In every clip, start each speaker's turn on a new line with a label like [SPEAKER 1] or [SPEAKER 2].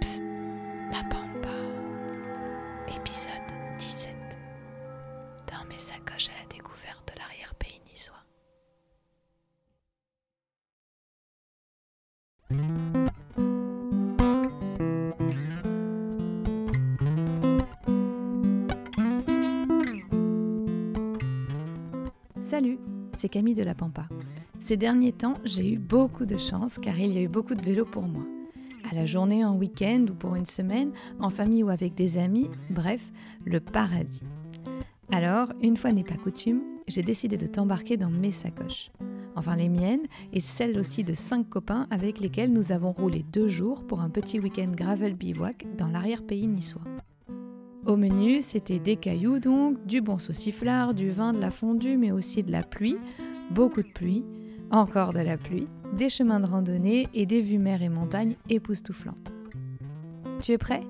[SPEAKER 1] Psst, la pampa. Épisode 17. Dans mes sacoches à la découverte de l'arrière-pays niçois. Salut, c'est Camille de la Pampa. Ces derniers temps, j'ai eu beaucoup de chance car il y a eu beaucoup de vélos pour moi. À la journée, en week-end ou pour une semaine, en famille ou avec des amis, bref, le paradis. Alors, une fois n'est pas coutume, j'ai décidé de t'embarquer dans mes sacoches. Enfin les miennes et celles aussi de cinq copains avec lesquels nous avons roulé deux jours pour un petit week-end gravel bivouac dans l'arrière-pays niçois. Au menu, c'était des cailloux donc, du bon sauciflard, du vin, de la fondue, mais aussi de la pluie, beaucoup de pluie, encore de la pluie, des chemins de randonnée et des vues mer et montagnes époustouflantes. Tu es prêt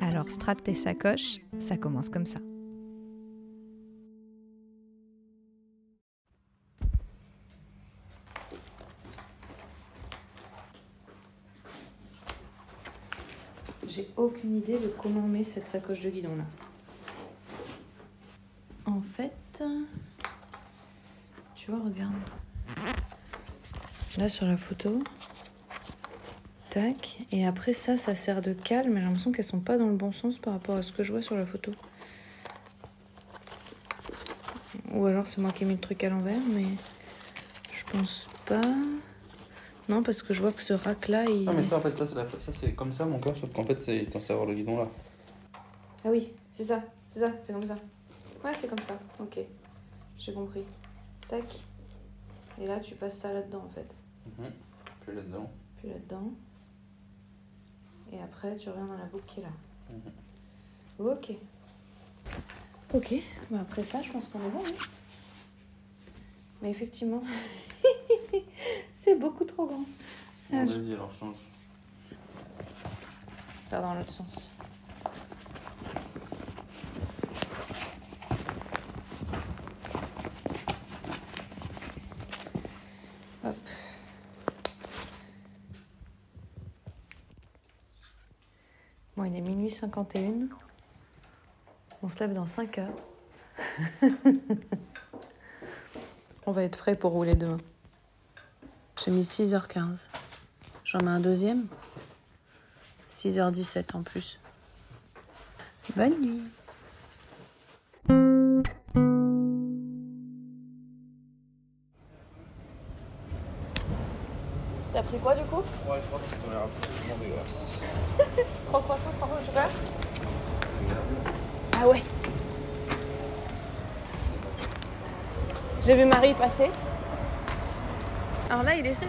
[SPEAKER 1] Alors strappe tes sacoches, ça commence comme ça. J'ai aucune idée de comment on met cette sacoche de guidon là. En fait, tu vois, regarde. Là sur la photo. Tac. Et après ça, ça sert de cale, mais j'ai l'impression qu'elles sont pas dans le bon sens par rapport à ce que je vois sur la photo. Ou alors c'est moi qui ai mis le truc à l'envers, mais je pense pas. Non, parce que je vois que ce rack là, il.
[SPEAKER 2] Ah mais ça en fait ça c'est la... ça c'est comme ça mon cœur sauf qu'en fait c'est censé avoir le guidon là.
[SPEAKER 3] Ah oui, c'est ça, c'est ça, c'est comme ça. Ouais, c'est comme ça, ok. J'ai compris. Tac. Et là, tu passes ça là-dedans, en fait.
[SPEAKER 2] Mhm. Puis là dedans.
[SPEAKER 3] Puis là-dedans. Et après, tu reviens dans la boucle qui est là. Ok. Mhm. Ok, bah après ça, je pense qu'on est bon. hein. Mais effectivement, c'est beaucoup trop grand. Ah, je-
[SPEAKER 2] Vas-y alors change.
[SPEAKER 3] Faire dans l'autre sens. Hop. Bon, il est minuit 51. On se lève dans 5 heures. On va être frais pour rouler demain. J'ai mis 6h15. J'en mets un deuxième. 6h17 en plus. Bonne nuit. T'as pris quoi du coup
[SPEAKER 2] Ouais je crois que ça a l'air absolument dégueulasse.
[SPEAKER 3] 3 croissants, 3 rouges, beurre Ah ouais. J'ai vu Marie passer. Alors là, il est 7h03.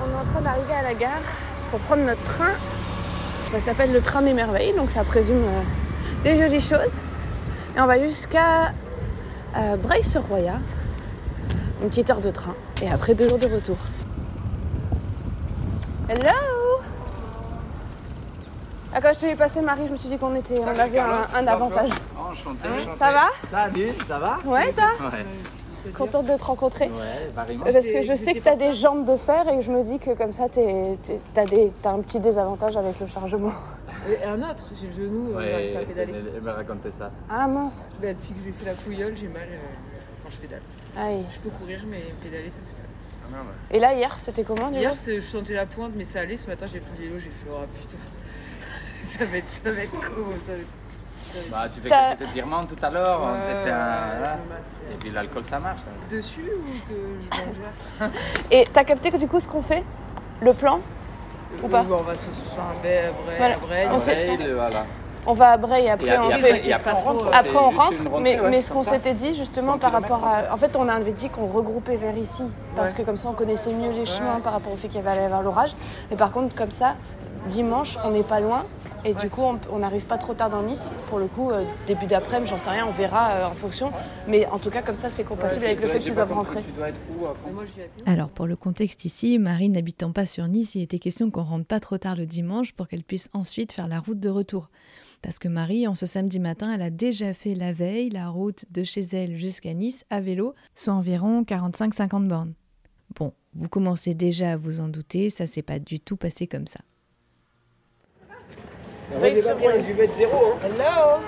[SPEAKER 3] On est en train d'arriver à la gare pour prendre notre train. Ça s'appelle le train des merveilles, donc ça présume euh, des jolies choses. Et on va jusqu'à euh, Breil-sur-Roya. Une petite heure de train. Et après, deux jours de retour. Hello ah, Quand je te l'ai passé, Marie, je me suis dit qu'on était, on avait un, un avantage.
[SPEAKER 4] Enchanté.
[SPEAKER 3] Ça va
[SPEAKER 4] Salut, ça va
[SPEAKER 3] Ouais, toi
[SPEAKER 4] Ouais.
[SPEAKER 3] Contente de te rencontrer.
[SPEAKER 4] Ouais, pareillement.
[SPEAKER 3] Parce que je sais que t'as des jambes de fer et je me dis que comme ça, t'es- t'es- t'as des- t'as un petit désavantage avec le chargement.
[SPEAKER 5] Et un autre, j'ai le genou, euh, j'arrive pas à
[SPEAKER 4] Ouais, c'est-
[SPEAKER 5] pédaler.
[SPEAKER 4] elle m'a raconté ça.
[SPEAKER 3] Ah mince
[SPEAKER 5] Bah, depuis que j'ai fait la pouilleule, j'ai mal euh, quand je pédale.
[SPEAKER 3] Aïe.
[SPEAKER 5] Je peux courir, mais pédaler, ça me fait mal.
[SPEAKER 4] Ah,
[SPEAKER 3] Et là, hier, c'était comment du
[SPEAKER 5] Hier, c'est- je sentais la pointe, mais ça allait. Ce matin, j'ai pris le vélo, j'ai fait oh putain. Ça va être, ça va être cool, ça va être.
[SPEAKER 4] Bah, tu fais
[SPEAKER 3] T'as-
[SPEAKER 4] quelques étirements tout à l'heure, Oh, on t'a fait un-
[SPEAKER 5] Euh,
[SPEAKER 4] voilà.
[SPEAKER 5] je me masse, euh,
[SPEAKER 4] Et puis l'alcool ça marche. hein. ça.
[SPEAKER 5] Dessus ou que je mange là
[SPEAKER 3] Et t'as capté que du coup, ce qu'on fait Le plan Ou pas
[SPEAKER 5] Euh, On va se faire un baie, après,
[SPEAKER 3] Voilà.
[SPEAKER 5] après.
[SPEAKER 3] On
[SPEAKER 4] Ah,
[SPEAKER 3] sait-
[SPEAKER 4] ouais, le- voilà.
[SPEAKER 3] On va à Bray et après
[SPEAKER 4] Et, a-
[SPEAKER 3] on
[SPEAKER 4] et
[SPEAKER 3] fait...
[SPEAKER 4] après, et après on rentre.
[SPEAKER 3] Après on
[SPEAKER 4] C'est juste
[SPEAKER 3] rentre,
[SPEAKER 4] une rentrée,
[SPEAKER 3] mais,
[SPEAKER 4] ouais,
[SPEAKER 3] mais
[SPEAKER 4] c'est
[SPEAKER 3] ce
[SPEAKER 4] comme
[SPEAKER 3] qu'on
[SPEAKER 4] ça.
[SPEAKER 3] s'était dit justement
[SPEAKER 4] 100
[SPEAKER 3] par rapport
[SPEAKER 4] kilomètres.
[SPEAKER 3] à... En fait on avait dit qu'on regroupait vers ici, parce
[SPEAKER 5] Ouais.
[SPEAKER 3] que comme ça on connaissait mieux les chemins par rapport au fait qu'il y avait vers l'orage. Mais par contre comme ça, dimanche on n'est pas loin, et du coup on- on n'arrive pas trop tard dans Nice. Pour le coup, euh, début d'après-midi, j'en sais rien, on verra euh, en fonction. Mais en tout cas comme ça c'est compatible avec le fait que
[SPEAKER 4] J'ai
[SPEAKER 3] tu
[SPEAKER 4] pas
[SPEAKER 3] doives
[SPEAKER 4] compris,
[SPEAKER 3] rentrer.
[SPEAKER 4] Tu dois être où hein, à
[SPEAKER 5] Et Moi, j'y vais.
[SPEAKER 1] Alors pour le contexte ici, Marie n'habitant pas sur Nice, il était question qu'on rentre pas trop tard le dimanche pour qu'elle puisse ensuite faire la route de retour. Parce que Marie, en ce samedi matin, elle a déjà fait la veille la route de chez elle jusqu'à Nice à vélo, soit environ 45-50 bornes. Bon, vous commencez déjà à vous en douter, ça s'est pas du tout passé comme ça.
[SPEAKER 6] Moi, j'ai pas pris un duvet de zéro. Hein.
[SPEAKER 3] Hello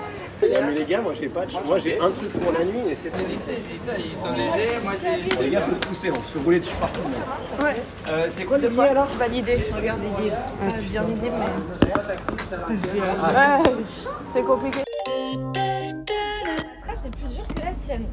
[SPEAKER 6] Non, mais les gars, moi, j'ai pas de- Moi, j'ai un truc pour la nuit et c'est.
[SPEAKER 2] Les lycées, ils sont légers. Moi, j'ai.
[SPEAKER 6] Les gars, faut se pousser, on se rouler dessus partout.
[SPEAKER 3] Ouais.
[SPEAKER 6] Euh, c'est quoi le
[SPEAKER 3] De quoi Validé, regarde, il est pas bien visible, mais. Ouais, c'est compliqué.
[SPEAKER 7] Trace, c'est plus dur que la sienne.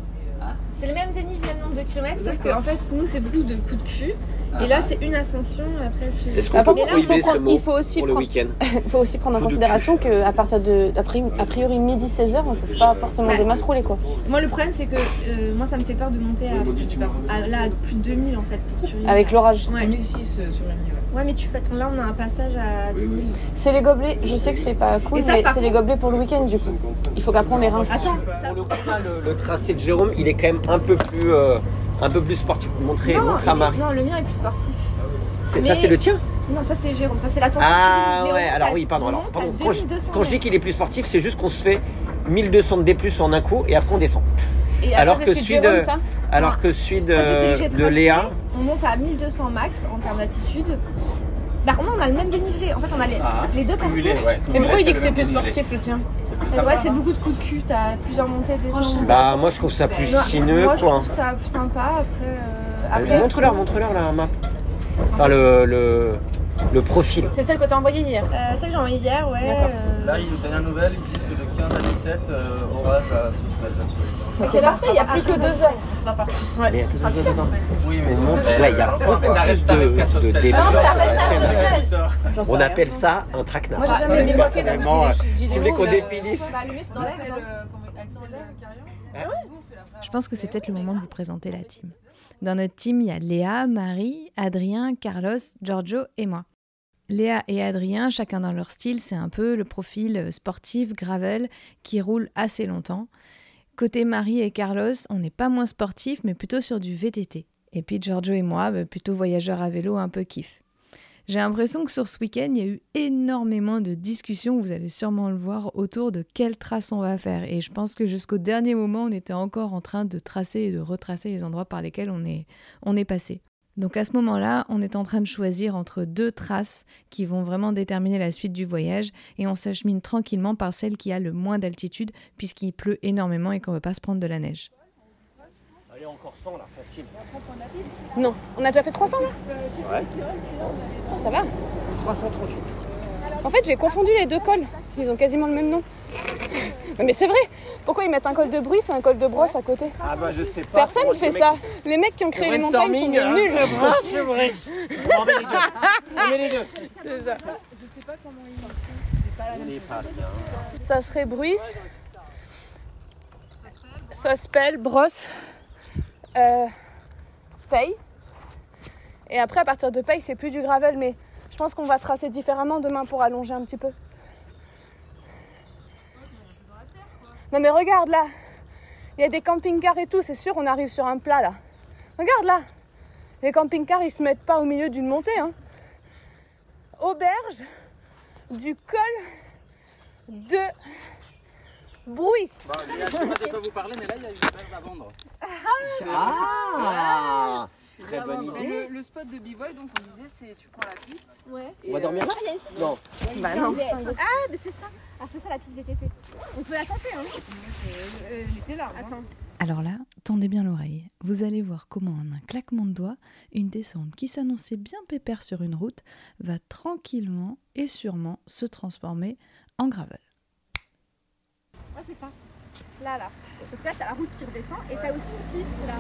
[SPEAKER 7] C'est le même dénivelé, même nombre de kilomètres, sauf que en fait, nous, c'est beaucoup de coups de cul. Et là, Ah, c'est une ascension, après tu...
[SPEAKER 6] Est-ce
[SPEAKER 3] Ah,
[SPEAKER 6] qu'on peut
[SPEAKER 3] par contre, il faut
[SPEAKER 6] prohiber ce
[SPEAKER 3] prendre-
[SPEAKER 6] mot
[SPEAKER 3] il faut aussi
[SPEAKER 6] pour le
[SPEAKER 3] prendre-
[SPEAKER 6] week-end
[SPEAKER 3] Il faut aussi prendre en considération qu'à partir de, a pri- a priori, midi 16h, on peut pas forcément
[SPEAKER 7] Ouais.
[SPEAKER 3] des masses rouler, quoi.
[SPEAKER 7] Moi, le problème, c'est que euh, moi, ça me fait peur de monter à, à- là, à plus de 2000, en fait, pour Turin.
[SPEAKER 3] Avec l'orage.
[SPEAKER 7] Ouais.
[SPEAKER 5] 1006 euh, sur la nuit.
[SPEAKER 7] Ouais, mais tu attends, là, on a un passage à 2000.
[SPEAKER 3] C'est les gobelets, je sais que c'est pas cool,
[SPEAKER 7] Et ça,
[SPEAKER 3] mais
[SPEAKER 7] par
[SPEAKER 3] c'est les gobelets pour le week-end, du coup. Il faut qu'après on les rince.
[SPEAKER 7] Attends, ça...
[SPEAKER 6] Pour le coup, là, le, le tracé de Jérôme, il est quand même un peu plus, euh, un peu plus sportif. Montrez,
[SPEAKER 7] Non,
[SPEAKER 6] montre à
[SPEAKER 7] il est-
[SPEAKER 6] Marie.
[SPEAKER 7] non, le mien est plus sportif.
[SPEAKER 6] C'est-
[SPEAKER 7] mais-
[SPEAKER 6] Ça, c'est le tien
[SPEAKER 7] Non, ça, c'est Jérôme, ça, c'est l'ascension.
[SPEAKER 6] Ah
[SPEAKER 7] Jérôme,
[SPEAKER 6] ouais,
[SPEAKER 7] t'as-
[SPEAKER 6] alors oui, pardon.
[SPEAKER 7] on
[SPEAKER 6] Alors,
[SPEAKER 7] monte
[SPEAKER 6] pardon.
[SPEAKER 7] à
[SPEAKER 6] Quand je,
[SPEAKER 7] 2200
[SPEAKER 6] quand je dis
[SPEAKER 7] mètres.
[SPEAKER 6] qu'il est plus sportif, c'est juste qu'on se fait 1200 de D plus en un coup et après on descend.
[SPEAKER 7] Et
[SPEAKER 6] alors
[SPEAKER 7] après,
[SPEAKER 6] que
[SPEAKER 7] c'est
[SPEAKER 6] celui de-
[SPEAKER 7] Jérôme, ça
[SPEAKER 6] Alors que celui de,
[SPEAKER 7] Ah. Ça, c'est celui que j'ai
[SPEAKER 6] de
[SPEAKER 7] tracé.
[SPEAKER 6] Léa,
[SPEAKER 7] On monte à 1200 max en termes d'altitude. Bah, non, on a le même dénivelé. En fait, on a les,
[SPEAKER 2] Ah.
[SPEAKER 7] les deux parcours.
[SPEAKER 2] Cumulé, ouais.
[SPEAKER 3] Mais pourquoi il dit que
[SPEAKER 2] le
[SPEAKER 3] c'est
[SPEAKER 2] même
[SPEAKER 3] plus
[SPEAKER 2] cumulé.
[SPEAKER 3] sportif le tien Oh,
[SPEAKER 2] C'est plus
[SPEAKER 7] Ouais,
[SPEAKER 2] sympa.
[SPEAKER 7] c'est beaucoup de coups de cul. T'as plusieurs montées, descentes.
[SPEAKER 6] bah moi je trouve ça plus
[SPEAKER 7] Moi,
[SPEAKER 6] sineux
[SPEAKER 7] moi,
[SPEAKER 6] quoi.
[SPEAKER 7] je trouve ça plus sympa. Après, euh,
[SPEAKER 6] Euh,
[SPEAKER 7] après
[SPEAKER 6] montre-leur, montre-leur la map. Enfin le, le, le profil.
[SPEAKER 3] C'est celle que t'as envoyée hier.
[SPEAKER 7] euh, ça que j'ai envoyé hier, ouais.
[SPEAKER 3] D'accord.
[SPEAKER 7] euh,
[SPEAKER 2] Là, ils nous donnent la nouvelle, ils disent que de 15 à 17, euh, orage à suspendre.
[SPEAKER 3] C'est parfait, il y a plus que deux heures.
[SPEAKER 6] Mais attends, attends, attends, attends.
[SPEAKER 2] Oui,
[SPEAKER 6] On monte- ouais, il y a beaucoup
[SPEAKER 2] Mais ça reste- ça
[SPEAKER 6] plus
[SPEAKER 2] reste qu'à
[SPEAKER 6] de, de
[SPEAKER 2] Sospel.
[SPEAKER 6] D+.
[SPEAKER 2] Non, ça reste
[SPEAKER 3] J'en sais
[SPEAKER 6] On
[SPEAKER 3] rien.
[SPEAKER 6] appelle ça un traquenard.
[SPEAKER 3] Moi j'ai jamais mis
[SPEAKER 6] Bah,
[SPEAKER 3] passer
[SPEAKER 6] c'est
[SPEAKER 3] donc
[SPEAKER 6] vraiment, euh,
[SPEAKER 3] je dis- je dis
[SPEAKER 6] si
[SPEAKER 3] des
[SPEAKER 6] vous voulez
[SPEAKER 3] mots,
[SPEAKER 6] qu'on
[SPEAKER 3] là.
[SPEAKER 6] définisse.
[SPEAKER 7] Bah, lui, c'est dans l'air.
[SPEAKER 1] Je pense que c'est peut-être le moment de vous présenter la team. Dans notre team, il y a Léa, Marie, Adrien, Carlos, Giorgio et moi. Léa et Adrien, chacun dans leur style, c'est un peu le profil euh, sportif, gravel, qui roule assez longtemps. Côté Marie et Carlos, on n'est pas moins sportif, mais plutôt sur du VTT. Et puis Giorgio et moi, bah, plutôt voyageurs à vélo, un peu kiff. J'ai l'impression que sur ce week-end, il y a eu énormément de discussions, vous allez sûrement le voir, autour de quelle trace on va faire. Et je pense que jusqu'au dernier moment, on était encore en train de tracer et de retracer les endroits par lesquels on est, on est passé. Donc à ce moment-là, on est en train de choisir entre deux traces qui vont vraiment déterminer la suite du voyage et on s'achemine tranquillement par celle qui a le moins d'altitude puisqu'il pleut énormément et qu'on ne veut pas se prendre de la neige.
[SPEAKER 6] Allez, encore 100 là, facile.
[SPEAKER 3] Non, on a déjà fait 300 là
[SPEAKER 6] Ouais.
[SPEAKER 3] Ah, Ça va.
[SPEAKER 6] 338.
[SPEAKER 3] En fait, j'ai confondu les deux cols. Ils ont quasiment le même nom. Non, mais c'est vrai. Pourquoi ils mettent un col de bruit, c'est un col de brosse à côté
[SPEAKER 6] Ah bah je sais pas.
[SPEAKER 3] Personne fait ça. Les mecs qui ont créé les montagnes sont des nuls.
[SPEAKER 6] hein, C'est vrai. On met les deux. On met les deux.
[SPEAKER 3] C'est ça.
[SPEAKER 6] On n'est pas bien.
[SPEAKER 3] Ça serait bruisse. Ça se pèle, brosse. Euh, paye. Et après, à partir de paye, c'est plus du gravel, mais je pense qu'on va tracer différemment demain pour allonger un petit peu. Non mais regarde là, il y a des camping-cars et tout, c'est sûr on arrive sur un plat là. Regarde là, les camping-cars ils se mettent pas au milieu d'une montée. Hein. Auberge du col de Bruis.
[SPEAKER 4] Je sais pas de quoi vous parlez, mais là, il y a une page à vendre.
[SPEAKER 6] Ah Très bonne idée.
[SPEAKER 5] Le, le spot de b-boy, donc on disait, c'est tu prends la piste. euh,
[SPEAKER 7] Ouais.
[SPEAKER 6] On va dormir là Non.
[SPEAKER 3] Bah non.
[SPEAKER 7] Ah, mais c'est ça. Ah, c'est ça la piste VTT. On peut la tenter, hein.
[SPEAKER 5] Euh, J'étais là. moi.
[SPEAKER 1] Alors là, tendez bien l'oreille. Vous allez voir comment en un claquement de doigts, une descente qui s'annonçait bien pépère sur une route va tranquillement et sûrement se transformer en gravel.
[SPEAKER 7] Ouais, c'est ça. Là, là. Parce que là, t'as la route qui redescend et t'as aussi une piste là.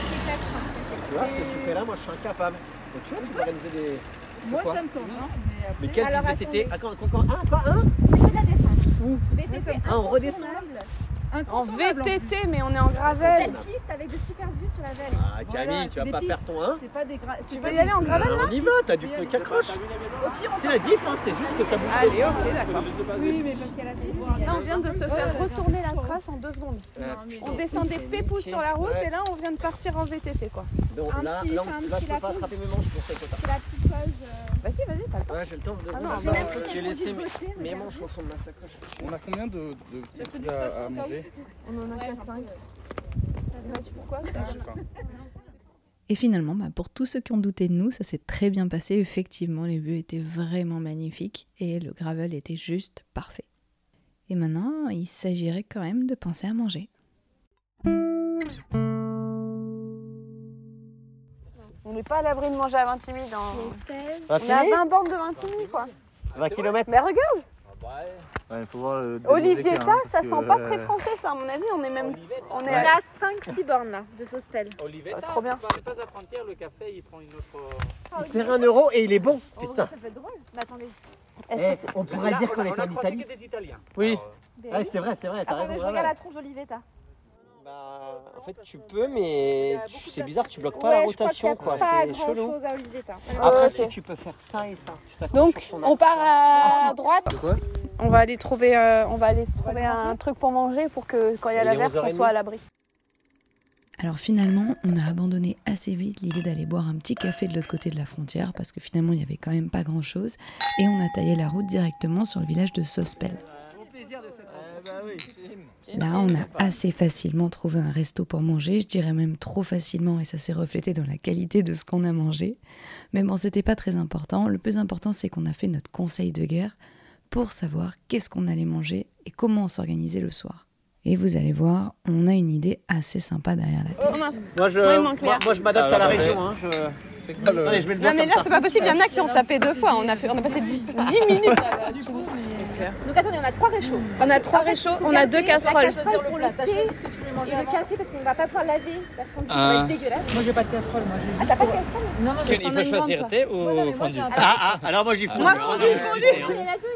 [SPEAKER 7] Qui est claquante.
[SPEAKER 6] Tu vois ce que tu fais là, moi je suis incapable. Donc, tu vois, tu peux organiser des.
[SPEAKER 5] Moi,
[SPEAKER 6] quoi
[SPEAKER 5] ça me tente. hein, mais après-
[SPEAKER 6] Mais quelle
[SPEAKER 7] Alors,
[SPEAKER 6] piste de TT
[SPEAKER 7] attendez.
[SPEAKER 6] Ah, quand, quand, quand, ah, quoi, hein
[SPEAKER 7] C'est que de la descente.
[SPEAKER 6] Où
[SPEAKER 7] VTT
[SPEAKER 5] ça me-
[SPEAKER 6] Ah, on redescend
[SPEAKER 7] incontournable.
[SPEAKER 3] En
[SPEAKER 5] Incontournable, en plus.
[SPEAKER 3] VTT, mais on est en
[SPEAKER 7] Belle
[SPEAKER 3] gravel.
[SPEAKER 7] piste avec de super vues sur la vallée.
[SPEAKER 6] Ah,
[SPEAKER 5] Voilà,
[SPEAKER 6] Camille, tu
[SPEAKER 5] c'est
[SPEAKER 6] vas
[SPEAKER 5] des
[SPEAKER 6] pas
[SPEAKER 5] pistes.
[SPEAKER 6] perdre ton 1.
[SPEAKER 5] C'est pas des gra-
[SPEAKER 3] Tu
[SPEAKER 5] c'est
[SPEAKER 3] peux
[SPEAKER 5] pas
[SPEAKER 3] y
[SPEAKER 5] des-
[SPEAKER 3] aller en
[SPEAKER 5] c'est-
[SPEAKER 3] gravel,
[SPEAKER 6] on y va, t'as du pneu qui accroche.
[SPEAKER 7] Au pire, on
[SPEAKER 6] C'est la diff, hein, c'est juste que ça bouge.
[SPEAKER 3] Allez, ok, d'accord.
[SPEAKER 5] Oui, mais parce qu'elle a fait voir.
[SPEAKER 3] Là, on vient de se faire retourner la trace en deux secondes. On descend des pépous sur la route et là, on vient de partir en VTT, quoi.
[SPEAKER 6] Donc
[SPEAKER 7] Un
[SPEAKER 6] là,
[SPEAKER 7] petit-
[SPEAKER 6] là,
[SPEAKER 7] un
[SPEAKER 6] on- là, je
[SPEAKER 7] petit
[SPEAKER 6] peux pas
[SPEAKER 7] lapin.
[SPEAKER 6] attraper mes manches pour cette étape.
[SPEAKER 7] C'est la petite pause. euh,
[SPEAKER 3] Vas-y, vas-y, t'as le temps.
[SPEAKER 6] Ouais, j'ai le temps de.
[SPEAKER 3] Ah non,
[SPEAKER 7] J'ai même pris
[SPEAKER 6] J'ai
[SPEAKER 7] quelques
[SPEAKER 6] laissé
[SPEAKER 7] produits
[SPEAKER 6] mes,
[SPEAKER 7] beauté,
[SPEAKER 6] mes
[SPEAKER 7] regarde.
[SPEAKER 6] manches au fond de ma sacoche.
[SPEAKER 2] On a combien de, de trucs à, à manger
[SPEAKER 3] On en a 4-5. Pourquoi
[SPEAKER 2] J'ai faim.
[SPEAKER 1] Et finalement, bah, pour tous ceux qui ont douté de nous, ça s'est très bien passé. Effectivement, les vues étaient vraiment magnifiques et le gravel était juste parfait. Et maintenant, il s'agirait quand même de penser à manger.
[SPEAKER 3] On n'est pas à l'abri de manger à Vintimille. Dans... On est à
[SPEAKER 6] 20
[SPEAKER 3] 20 bornes de Vintimille, quoi.
[SPEAKER 6] 20 km
[SPEAKER 3] Mais regarde,
[SPEAKER 2] Ouais, il faut voir le dénivelé qu'il y a, hein,
[SPEAKER 3] Olivieta,
[SPEAKER 2] parce
[SPEAKER 3] ça
[SPEAKER 2] que,
[SPEAKER 3] sent pas
[SPEAKER 2] euh,
[SPEAKER 3] très français, ça, à mon avis. On est même. On est
[SPEAKER 7] On a 5-6 bornes Ah, là, de Sospel.
[SPEAKER 4] Olivetta,
[SPEAKER 3] Ah, trop bien.
[SPEAKER 4] tu vas Bah, pas à frontière, le café, il prend une autre.
[SPEAKER 6] Il perd 1 euro et il est bon. Putain.
[SPEAKER 7] Oh, Ça peut être drôle. Mais attendez.
[SPEAKER 3] Est-ce que
[SPEAKER 6] Eh,
[SPEAKER 3] c'est-
[SPEAKER 6] on pourrait
[SPEAKER 4] Là,
[SPEAKER 6] dire
[SPEAKER 4] on
[SPEAKER 6] qu'on
[SPEAKER 4] a-
[SPEAKER 6] est
[SPEAKER 4] on a
[SPEAKER 6] en
[SPEAKER 4] croisé
[SPEAKER 6] Italie.
[SPEAKER 4] que des Italiens.
[SPEAKER 6] Oui.
[SPEAKER 4] Alors, euh,
[SPEAKER 6] Ouais, Ah, c'est vrai, c'est vrai. t'as
[SPEAKER 7] Attendez, je
[SPEAKER 6] raison, ouais,
[SPEAKER 7] regarde
[SPEAKER 6] ouais.
[SPEAKER 7] la tronche d'Olivetta.
[SPEAKER 6] Bah, en fait, tu peux, mais tu- c'est bizarre, tu bloques pas
[SPEAKER 7] Ouais,
[SPEAKER 6] la
[SPEAKER 7] je crois qu'il y a
[SPEAKER 6] rotation, quoi.
[SPEAKER 7] Pas
[SPEAKER 6] C'est
[SPEAKER 7] grand
[SPEAKER 6] chelou.
[SPEAKER 7] chose à Olivetta.
[SPEAKER 6] Après,
[SPEAKER 3] Ok.
[SPEAKER 6] si tu peux faire ça et ça. tu t'accroches
[SPEAKER 3] Donc,
[SPEAKER 6] sur ton
[SPEAKER 3] on
[SPEAKER 6] axe.
[SPEAKER 3] part à droite.
[SPEAKER 6] Quoi
[SPEAKER 3] On va aller trouver, euh, on va aller se trouver un truc pour manger pour que quand il y a
[SPEAKER 6] Il est
[SPEAKER 3] la verse, on
[SPEAKER 6] 11h30.
[SPEAKER 3] soit à l'abri.
[SPEAKER 1] Alors finalement, on a abandonné assez vite l'idée d'aller boire un petit café de l'autre côté de la frontière parce que finalement il n'y avait quand même pas grand chose et on a taillé la route directement sur le village de Sospel. Là, on a assez facilement trouvé un resto pour manger, je dirais même trop facilement et ça s'est reflété dans la qualité de ce qu'on a mangé. Mais bon, c'était pas très important. Le plus important, c'est qu'on a fait notre conseil de guerre pour savoir qu'est-ce qu'on allait manger et comment on s'organisait le soir. Et vous allez voir, on a une idée assez sympa derrière la tête.
[SPEAKER 3] Oh mince.
[SPEAKER 6] Moi,
[SPEAKER 4] Euh,
[SPEAKER 6] je,
[SPEAKER 3] Moi, il manque
[SPEAKER 6] moi,
[SPEAKER 3] l'air.
[SPEAKER 6] moi, je m'adapte
[SPEAKER 2] Ah,
[SPEAKER 6] à la
[SPEAKER 2] ouais.
[SPEAKER 6] région. Hein, je... Attendez, je mets le doigt
[SPEAKER 3] Non mais
[SPEAKER 6] comme
[SPEAKER 3] là
[SPEAKER 6] ça.
[SPEAKER 3] c'est pas possible, il y en a qui ont tapé deux fois, on a, fait, on a passé 10, minutes.
[SPEAKER 7] Donc attendez, on a 3 réchauds.
[SPEAKER 3] On a trois réchauds, on a deux casseroles.
[SPEAKER 7] La casserole pour le thé et le café parce qu'on va pas pouvoir laver. La fondue, ça va
[SPEAKER 6] Euh.
[SPEAKER 4] Ah.
[SPEAKER 7] être dégueulasse.
[SPEAKER 5] Moi, j'ai pas de casserole, moi, j'ai
[SPEAKER 7] Ah, t'as pas de casserole
[SPEAKER 5] Non, non, j'ai
[SPEAKER 4] Il faut choisir thé ou fondu
[SPEAKER 6] Ah, ah, alors moi, j'y fous.
[SPEAKER 3] Moi, fondu,
[SPEAKER 7] Il y en a deux, il y en a deux.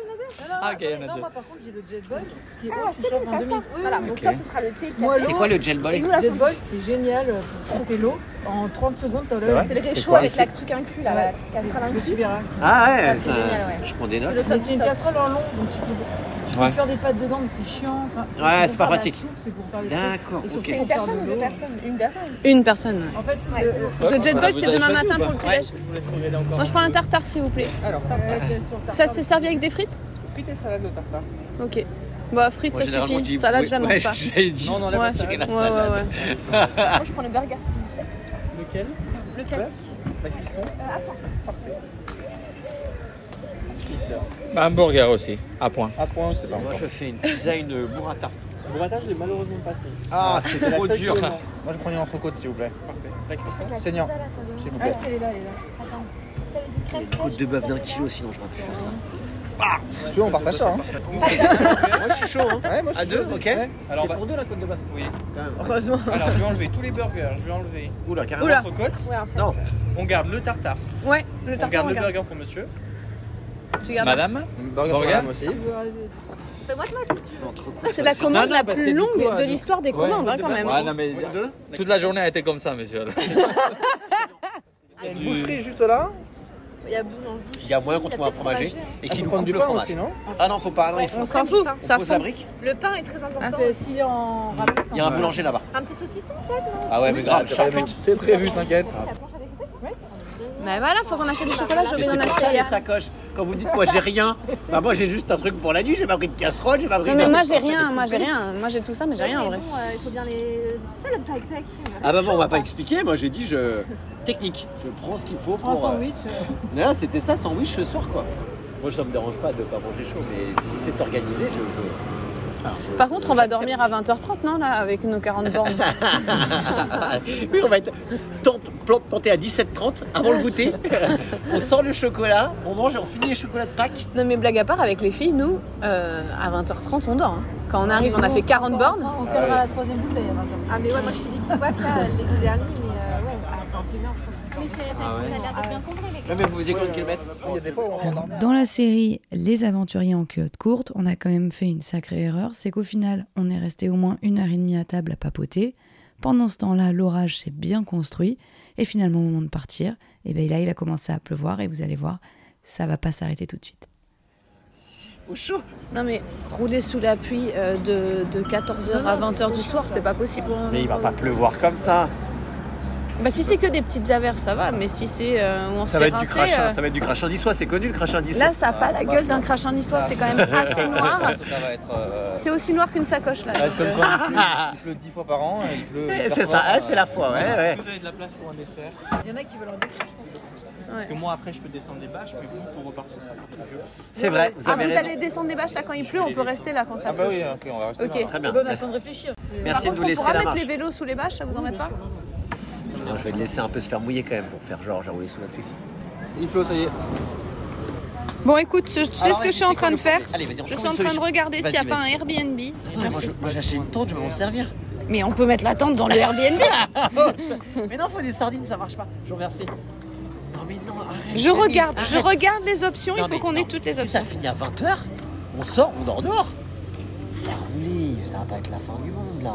[SPEAKER 4] Ah, ok, il y en a deux.
[SPEAKER 5] moi, par contre, j'ai le jet boil, ce qui est
[SPEAKER 7] Ah,
[SPEAKER 5] haut, tu
[SPEAKER 7] c'est
[SPEAKER 5] chauffes
[SPEAKER 7] bon,
[SPEAKER 5] en
[SPEAKER 7] t'as
[SPEAKER 5] deux
[SPEAKER 7] ça.
[SPEAKER 5] minutes.
[SPEAKER 7] Voilà, donc
[SPEAKER 4] ok.
[SPEAKER 7] ça, ce sera le thé, le café.
[SPEAKER 5] Moi,
[SPEAKER 6] C'est
[SPEAKER 5] l'eau,
[SPEAKER 6] quoi le gel
[SPEAKER 7] Et
[SPEAKER 6] boy
[SPEAKER 7] nous, la
[SPEAKER 5] jet
[SPEAKER 7] fondue.
[SPEAKER 5] boil, c'est génial pour chauffer l'eau. En 30 secondes, t'as
[SPEAKER 6] C'est
[SPEAKER 5] le.
[SPEAKER 6] vrai
[SPEAKER 7] C'est le réchaud
[SPEAKER 6] quoi
[SPEAKER 7] avec la truc inclus là, la
[SPEAKER 5] Ouais,
[SPEAKER 7] petite
[SPEAKER 5] c'est
[SPEAKER 7] casserole
[SPEAKER 5] le
[SPEAKER 7] inclus.
[SPEAKER 5] petit virage.
[SPEAKER 6] Ah ouais,
[SPEAKER 7] Ah, c'est
[SPEAKER 6] ça-
[SPEAKER 7] génial, ouais.
[SPEAKER 6] je prends des
[SPEAKER 7] C'est
[SPEAKER 6] notes.
[SPEAKER 7] le
[SPEAKER 5] Mais
[SPEAKER 7] top
[SPEAKER 5] c'est une
[SPEAKER 7] top.
[SPEAKER 5] casserole en long, donc tu peux, tu peux
[SPEAKER 4] Ouais.
[SPEAKER 5] faire des pâtes dedans, mais c'est chiant. Enfin,
[SPEAKER 6] Ouais,
[SPEAKER 5] pour
[SPEAKER 6] c'est pas
[SPEAKER 5] faire de la
[SPEAKER 6] pratique.
[SPEAKER 5] soupe, C'est pour faire des trucs.
[SPEAKER 6] D'accord,
[SPEAKER 5] Et
[SPEAKER 6] ok.
[SPEAKER 5] surtout,
[SPEAKER 7] Une
[SPEAKER 5] pour faire
[SPEAKER 7] personne ou
[SPEAKER 5] de
[SPEAKER 7] deux
[SPEAKER 5] l'eau.
[SPEAKER 7] personnes Une personne.
[SPEAKER 3] Une personne.
[SPEAKER 5] En fait,
[SPEAKER 7] Ouais.
[SPEAKER 5] le-
[SPEAKER 3] Ce jet
[SPEAKER 4] Voilà,
[SPEAKER 3] boil
[SPEAKER 4] vous
[SPEAKER 3] c'est
[SPEAKER 4] avez
[SPEAKER 3] demain
[SPEAKER 4] choisi
[SPEAKER 3] matin
[SPEAKER 4] ou
[SPEAKER 3] pour le petit
[SPEAKER 6] Ouais.
[SPEAKER 3] déj.
[SPEAKER 4] Je vous laisse regarder encore.
[SPEAKER 3] Moi je prends un tartare s'il vous plaît.
[SPEAKER 5] Alors, tartare, sur
[SPEAKER 3] Ça
[SPEAKER 5] le tartare.
[SPEAKER 3] c'est servi avec des frites
[SPEAKER 5] frites et salade au tartare.
[SPEAKER 3] Ok. Bah frites
[SPEAKER 6] Moi,
[SPEAKER 3] ça
[SPEAKER 6] généralement, je
[SPEAKER 3] suffit,
[SPEAKER 6] dis-
[SPEAKER 3] salade
[SPEAKER 6] oui,
[SPEAKER 3] je la
[SPEAKER 6] ouais,
[SPEAKER 3] mange pas.
[SPEAKER 6] j'allais dire-
[SPEAKER 4] Non, non,
[SPEAKER 3] Ouais.
[SPEAKER 4] là,
[SPEAKER 6] C'est que la
[SPEAKER 3] Ouais ouais
[SPEAKER 6] salade.
[SPEAKER 3] ouais.
[SPEAKER 7] Moi, je prends le burger, s'il vous plaît.
[SPEAKER 4] Lequel
[SPEAKER 7] Le classique.
[SPEAKER 4] La cuisson Parfait. Un burger aussi, à point.
[SPEAKER 2] À point aussi.
[SPEAKER 6] Moi, je fais une pizza, une burrata.
[SPEAKER 2] Burrata, je l'ai malheureusement pas ce midi.
[SPEAKER 6] Ah, c'est
[SPEAKER 2] la
[SPEAKER 6] trop
[SPEAKER 2] seule
[SPEAKER 6] dur.
[SPEAKER 2] que j'ai. Moi, je prends une entrecôte, s'il vous plaît.
[SPEAKER 4] Parfait. La cuisson
[SPEAKER 7] La
[SPEAKER 2] Seigneur.
[SPEAKER 7] pizza, là, ça doit-
[SPEAKER 2] S'il vous
[SPEAKER 5] Ah,
[SPEAKER 2] plaît.
[SPEAKER 5] si, elle est là, elle est là.
[SPEAKER 7] Attends, c'est celle du crème
[SPEAKER 6] Côte
[SPEAKER 7] fraîche,
[SPEAKER 6] de bœuf d'un
[SPEAKER 7] celle-là.
[SPEAKER 6] kilo, sinon j'aurais pu faire ça.
[SPEAKER 2] Si tu veux, on partage ça. hein.
[SPEAKER 6] Moi, je suis chaud, hein.
[SPEAKER 2] Ouais, moi, je
[SPEAKER 6] À
[SPEAKER 2] suis
[SPEAKER 6] deux,
[SPEAKER 2] chaud,
[SPEAKER 6] ok.
[SPEAKER 2] ouais.
[SPEAKER 4] Alors, on va-
[SPEAKER 6] deux, la côte de bœuf
[SPEAKER 4] Oui.
[SPEAKER 3] Heureusement.
[SPEAKER 4] Alors, je vais enlever tous les burgers, je vais enlever
[SPEAKER 6] Oula, carrément.
[SPEAKER 3] Oula.
[SPEAKER 4] l'entrecôte.
[SPEAKER 7] Ouais, en fait.
[SPEAKER 6] Non.
[SPEAKER 4] On garde le tartare.
[SPEAKER 3] Ouais, le
[SPEAKER 4] On
[SPEAKER 3] tartare
[SPEAKER 4] garde
[SPEAKER 3] on
[SPEAKER 4] le
[SPEAKER 3] garde.
[SPEAKER 4] burger pour monsieur.
[SPEAKER 3] Tu gardes.
[SPEAKER 4] Madame
[SPEAKER 2] Burger,
[SPEAKER 4] Burger.
[SPEAKER 2] madame aussi.
[SPEAKER 7] Fais-moi de moi, si tu veux.
[SPEAKER 6] Entrecôte.
[SPEAKER 3] Ah, c'est la commande
[SPEAKER 4] non,
[SPEAKER 3] la
[SPEAKER 4] parce
[SPEAKER 3] plus
[SPEAKER 4] que du
[SPEAKER 3] longue
[SPEAKER 4] coup, euh,
[SPEAKER 3] de l'histoire des commandes hein, quand même.
[SPEAKER 4] Ouais, non, mais
[SPEAKER 6] Deux
[SPEAKER 4] toute la journée a été comme ça, monsieur.
[SPEAKER 2] Il y a une boucherie juste là.
[SPEAKER 7] Il y a hein. boulangerie.
[SPEAKER 6] Il y a moyen qu'on
[SPEAKER 7] Il y a
[SPEAKER 6] trouve un
[SPEAKER 7] peut-être
[SPEAKER 6] fromage
[SPEAKER 7] fromager, hein.
[SPEAKER 6] et
[SPEAKER 2] Tu
[SPEAKER 6] qu'il nous
[SPEAKER 2] prends
[SPEAKER 6] coupe
[SPEAKER 2] du
[SPEAKER 6] le
[SPEAKER 2] pain
[SPEAKER 6] fromage.
[SPEAKER 2] aussi, non
[SPEAKER 6] Ah non, faut pas. Non, il faut.
[SPEAKER 3] On s'en fout, ça
[SPEAKER 6] Faut
[SPEAKER 3] fond.
[SPEAKER 6] fabrique.
[SPEAKER 7] Le pain est très
[SPEAKER 5] Ah,
[SPEAKER 7] important.
[SPEAKER 5] c'est- s'il est en râpé, c'est
[SPEAKER 6] Il y a
[SPEAKER 5] en-
[SPEAKER 6] un boulanger là-bas.
[SPEAKER 7] Un petit saucisson
[SPEAKER 6] Ah ouais, mais grave,
[SPEAKER 2] c'est
[SPEAKER 6] charcute.
[SPEAKER 2] prévu. C'est prévu, t'inquiète.
[SPEAKER 3] Mais voilà, faut qu'on achète du chocolat, je
[SPEAKER 6] Mais
[SPEAKER 3] vais en
[SPEAKER 6] c'est pour
[SPEAKER 3] acheter
[SPEAKER 6] ça les
[SPEAKER 3] ailleurs.
[SPEAKER 6] sacoches. Ah, Quand vous dites moi j'ai rien, bah moi j'ai juste un truc pour la nuit, j'ai pas pris de casserole, j'ai pas pris
[SPEAKER 3] Non
[SPEAKER 6] de.
[SPEAKER 3] mais moi j'ai rien, moi j'ai rien, moi j'ai tout ça mais j'ai rien en vrai.
[SPEAKER 7] Bon, euh, il faut bien les. C'est ça le pack-pack.
[SPEAKER 6] Ah bah bon, on va pas expliquer, moi j'ai dit je. Technique, je prends ce qu'il faut
[SPEAKER 5] En
[SPEAKER 6] pour. euh,
[SPEAKER 5] sandwich. euh,
[SPEAKER 6] Là, c'était ça, sandwich ce soir quoi. Moi ça me dérange pas de pas manger chaud, mais si c'est organisé, je. je- je-
[SPEAKER 3] Par contre on va
[SPEAKER 6] j'accepte.
[SPEAKER 3] dormir à 20h30 non là avec nos 40 bornes.
[SPEAKER 6] oui, on va être tente- plante- planté à 17h30 avant le goûter. on sort le chocolat, on mange et on finit les chocolats de Pâques.
[SPEAKER 3] Non mais blague à part avec les filles, nous euh, à 20h30 on dort. hein. Quand on arrive on a fait 40 bornes.
[SPEAKER 5] On calera la troisième bouteille à 20h.
[SPEAKER 7] Ah, mais ouais, moi je suis découverte là l'été dernier, mais euh, ouais, à 21h, je pense que. Mais c'est. Vous avez l'air d'être bien compris, les gars.
[SPEAKER 6] Là, mais vous faisiez combien de kilomètres
[SPEAKER 2] Il y a des fois où on
[SPEAKER 1] Alors,
[SPEAKER 2] s'endort.
[SPEAKER 1] dans la série Les aventuriers en culotte courte, on a quand même fait une sacrée erreur, c'est qu'au final, on est resté au moins une heure et demie à table à papoter. Pendant ce temps-là, l'orage s'est bien construit, et finalement, au moment de partir, eh ben, là, il a commencé à pleuvoir, et vous allez voir, ça va pas s'arrêter tout de suite.
[SPEAKER 6] Au chaud
[SPEAKER 3] Non mais rouler sous la pluie euh, de, de 14h à 20h du soir c'est pas possible.
[SPEAKER 6] Mais il va pas pleuvoir comme ça.
[SPEAKER 3] Bah, si c'est que des petites averses, ça va, mais si c'est. euh, où on se
[SPEAKER 6] Ça va
[SPEAKER 3] fait
[SPEAKER 6] être du
[SPEAKER 3] rincer,
[SPEAKER 6] crachin,
[SPEAKER 3] euh,
[SPEAKER 6] ça va être du crachin niçois, c'est connu le crachin niçois.
[SPEAKER 3] Là, ça n'a pas la gueule d'un crachin niçois, c'est quand même assez noir.
[SPEAKER 2] Ça va être. euh,
[SPEAKER 3] C'est aussi noir qu'une sacoche là.
[SPEAKER 2] ça va être Ah, comme quand il pleut, il pleut 10 fois par an. et il pleut
[SPEAKER 6] Eh,
[SPEAKER 2] hyper
[SPEAKER 6] C'est ça,
[SPEAKER 2] fort,
[SPEAKER 6] eh, c'est
[SPEAKER 2] euh,
[SPEAKER 6] la foi, ouais, ouais.
[SPEAKER 8] vous avez de la place pour un dessert
[SPEAKER 7] Il y en a qui veulent en descendre.
[SPEAKER 8] Parce que moi, après, je peux descendre les bâches, mais vous, pour repartir, ça sera plus dur.
[SPEAKER 6] C'est vrai, vous
[SPEAKER 3] Ah,
[SPEAKER 6] avez
[SPEAKER 3] vous
[SPEAKER 6] raison.
[SPEAKER 3] allez descendre des bâches là quand il pleut, on peut rester là quand ça
[SPEAKER 2] Ah bah
[SPEAKER 3] pleut.
[SPEAKER 2] oui, ok, on va rester.
[SPEAKER 3] Ok.
[SPEAKER 6] Très bien.
[SPEAKER 7] On a le temps de réfléchir.
[SPEAKER 3] Par
[SPEAKER 6] Merci de
[SPEAKER 3] contre,
[SPEAKER 6] nous
[SPEAKER 3] on
[SPEAKER 6] laisser
[SPEAKER 3] pourra
[SPEAKER 6] la
[SPEAKER 3] mettre
[SPEAKER 6] marche.
[SPEAKER 3] les vélos sous les bâches, ça vous embête pas
[SPEAKER 6] Non, je vais le laisser un peu se faire mouiller quand même pour faire genre j'ai roulé sous la pluie.
[SPEAKER 2] Il pleut, ça y est.
[SPEAKER 3] Bon, écoute, je- je sais
[SPEAKER 6] Alors,
[SPEAKER 3] ce que je
[SPEAKER 6] vas-y,
[SPEAKER 3] suis en
[SPEAKER 6] c'est
[SPEAKER 3] train
[SPEAKER 6] quoi
[SPEAKER 3] de
[SPEAKER 6] le
[SPEAKER 3] faire.
[SPEAKER 6] problème Allez, vas-y, on
[SPEAKER 3] Je suis
[SPEAKER 6] trouve
[SPEAKER 3] en
[SPEAKER 6] une
[SPEAKER 3] train de
[SPEAKER 6] solution.
[SPEAKER 3] regarder s'il n'y a
[SPEAKER 6] Vas-y,
[SPEAKER 3] pas un
[SPEAKER 6] vas-y.
[SPEAKER 3] Airbnb. Merci.
[SPEAKER 6] Moi j'ai acheté une tente, je vais m'en servir.
[SPEAKER 3] Mais on peut mettre la tente dans le Airbnb.
[SPEAKER 6] Mais non, faut des sardines, ça marche pas. Je vous remercie. Non mais non, arrête.
[SPEAKER 3] Je
[SPEAKER 6] Camille,
[SPEAKER 3] regarde, je
[SPEAKER 6] arrête.
[SPEAKER 3] regarde les options,
[SPEAKER 6] Non,
[SPEAKER 3] il faut
[SPEAKER 6] mais
[SPEAKER 3] qu'on ait
[SPEAKER 6] non,
[SPEAKER 3] toutes les
[SPEAKER 6] Si ça
[SPEAKER 3] options.
[SPEAKER 6] finit à 20h, on sort, on dort dehors. Caroline, ça va pas être la fin du monde là.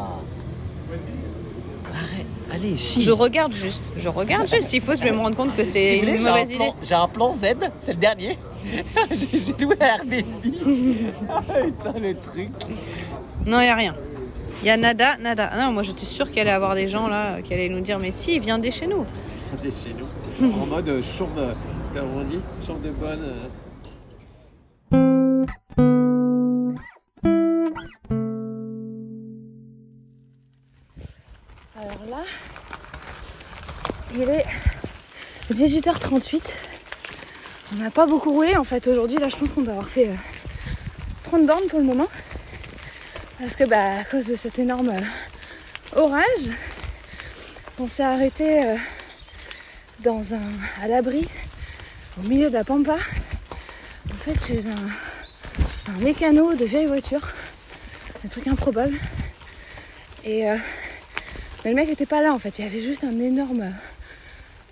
[SPEAKER 6] Arrête, allez, chie.
[SPEAKER 3] Je regarde juste, je regarde juste. Il faut, je vais me rendre compte que
[SPEAKER 6] Si
[SPEAKER 3] c'est
[SPEAKER 6] vous voulez,
[SPEAKER 3] une
[SPEAKER 6] j'ai un
[SPEAKER 3] mauvaise
[SPEAKER 6] plan-
[SPEAKER 3] idée.
[SPEAKER 6] J'ai un plan Z, c'est le dernier. j'ai j'ai loué à Airbnb. ah, putain, le truc.
[SPEAKER 3] Non, il n'y a rien. Il y a nada, nada. Ah Non, moi j'étais sûre qu'elle allait avoir des gens là qui allaient nous dire Mais si, viens dès chez nous.
[SPEAKER 6] Attendez, chez nous. En mode euh, chambre, euh, comme on dit, chambre de bonne. euh.
[SPEAKER 3] Alors là, il est 18h38. On n'a pas beaucoup roulé en fait aujourd'hui. Là, je pense qu'on doit avoir fait euh, 30 bornes pour le moment. Parce que bah, à cause de cet énorme euh, orage, on s'est arrêté euh, dans un, à l'abri, au milieu de la pampa. En fait, chez un, un mécano de vieille voiture. Un truc improbable. Et. euh, mais le mec n'était pas là en fait, il y avait juste un énorme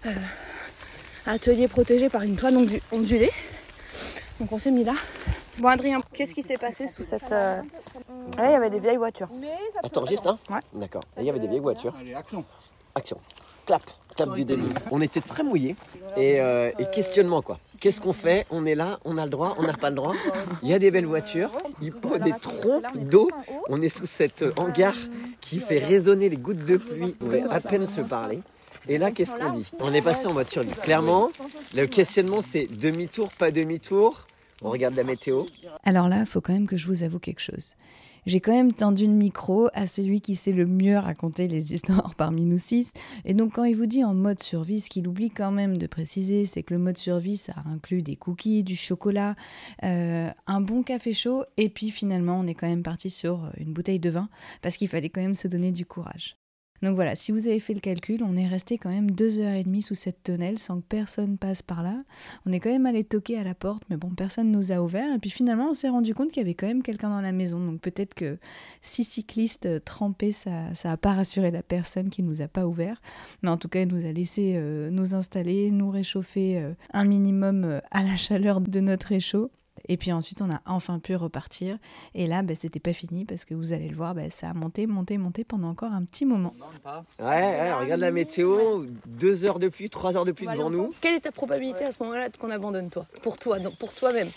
[SPEAKER 3] euh, atelier protégé par une toile ondu- ondulée. Donc on s'est mis là. Bon Adrien, qu'est-ce qui s'est passé sous cette... euh, Là il y avait des vieilles voitures.
[SPEAKER 6] Attends, juste là
[SPEAKER 3] Ouais.
[SPEAKER 6] D'accord. Et il y avait des vieilles voitures.
[SPEAKER 8] Allez, action.
[SPEAKER 6] Action. Clap. Clap du début. On était très mouillés. Et, euh, et questionnement, quoi. Qu'est-ce qu'on fait On est là, on a le droit, on n'a pas le droit. Il y a des belles voitures. Il faut des trompes d'eau. On est sous cet euh, hangar qui fait résonner les gouttes de pluie. On peut à peine se parler. Et là, qu'est-ce qu'on dit On est passé en mode survie. Clairement, le questionnement, c'est demi-tour, pas demi-tour. On regarde la météo.
[SPEAKER 1] Alors là, faut quand même que je vous avoue quelque chose. J'ai quand même tendu le micro à celui qui sait le mieux raconter les histoires parmi nous six. Et donc, quand il vous dit en mode survie, ce qu'il oublie quand même de préciser, c'est que le mode survie, ça inclut des cookies, du chocolat, euh, un bon café chaud. Et puis finalement, on est quand même parti sur euh, une bouteille de vin parce qu'il fallait quand même se donner du courage. Donc voilà, si vous avez fait le calcul, on est resté quand même deux heures et demie sous cette tonnelle sans que personne passe par là. On est quand même allé toquer à la porte, mais bon, personne nous a ouvert. Et puis finalement, on s'est rendu compte qu'il y avait quand même quelqu'un dans la maison. Donc peut-être que six cyclistes euh, trempés, ça ça a pas rassuré la personne qui nous a pas ouvert. Mais en tout cas, elle nous a laissé euh, nous installer, nous réchauffer euh, un minimum euh, à la chaleur de notre réchaud. Et puis ensuite, on a enfin pu repartir. Et là, bah, c'était pas fini parce que vous allez le voir, bah, ça a monté, monté, monté pendant encore un petit moment.
[SPEAKER 6] Ouais, ouais, on regarde la météo. Deux heures de pluie, trois heures de pluie devant nous.
[SPEAKER 3] Quelle est ta probabilité à ce moment-là qu'on abandonne toi Pour toi, donc pour toi-même.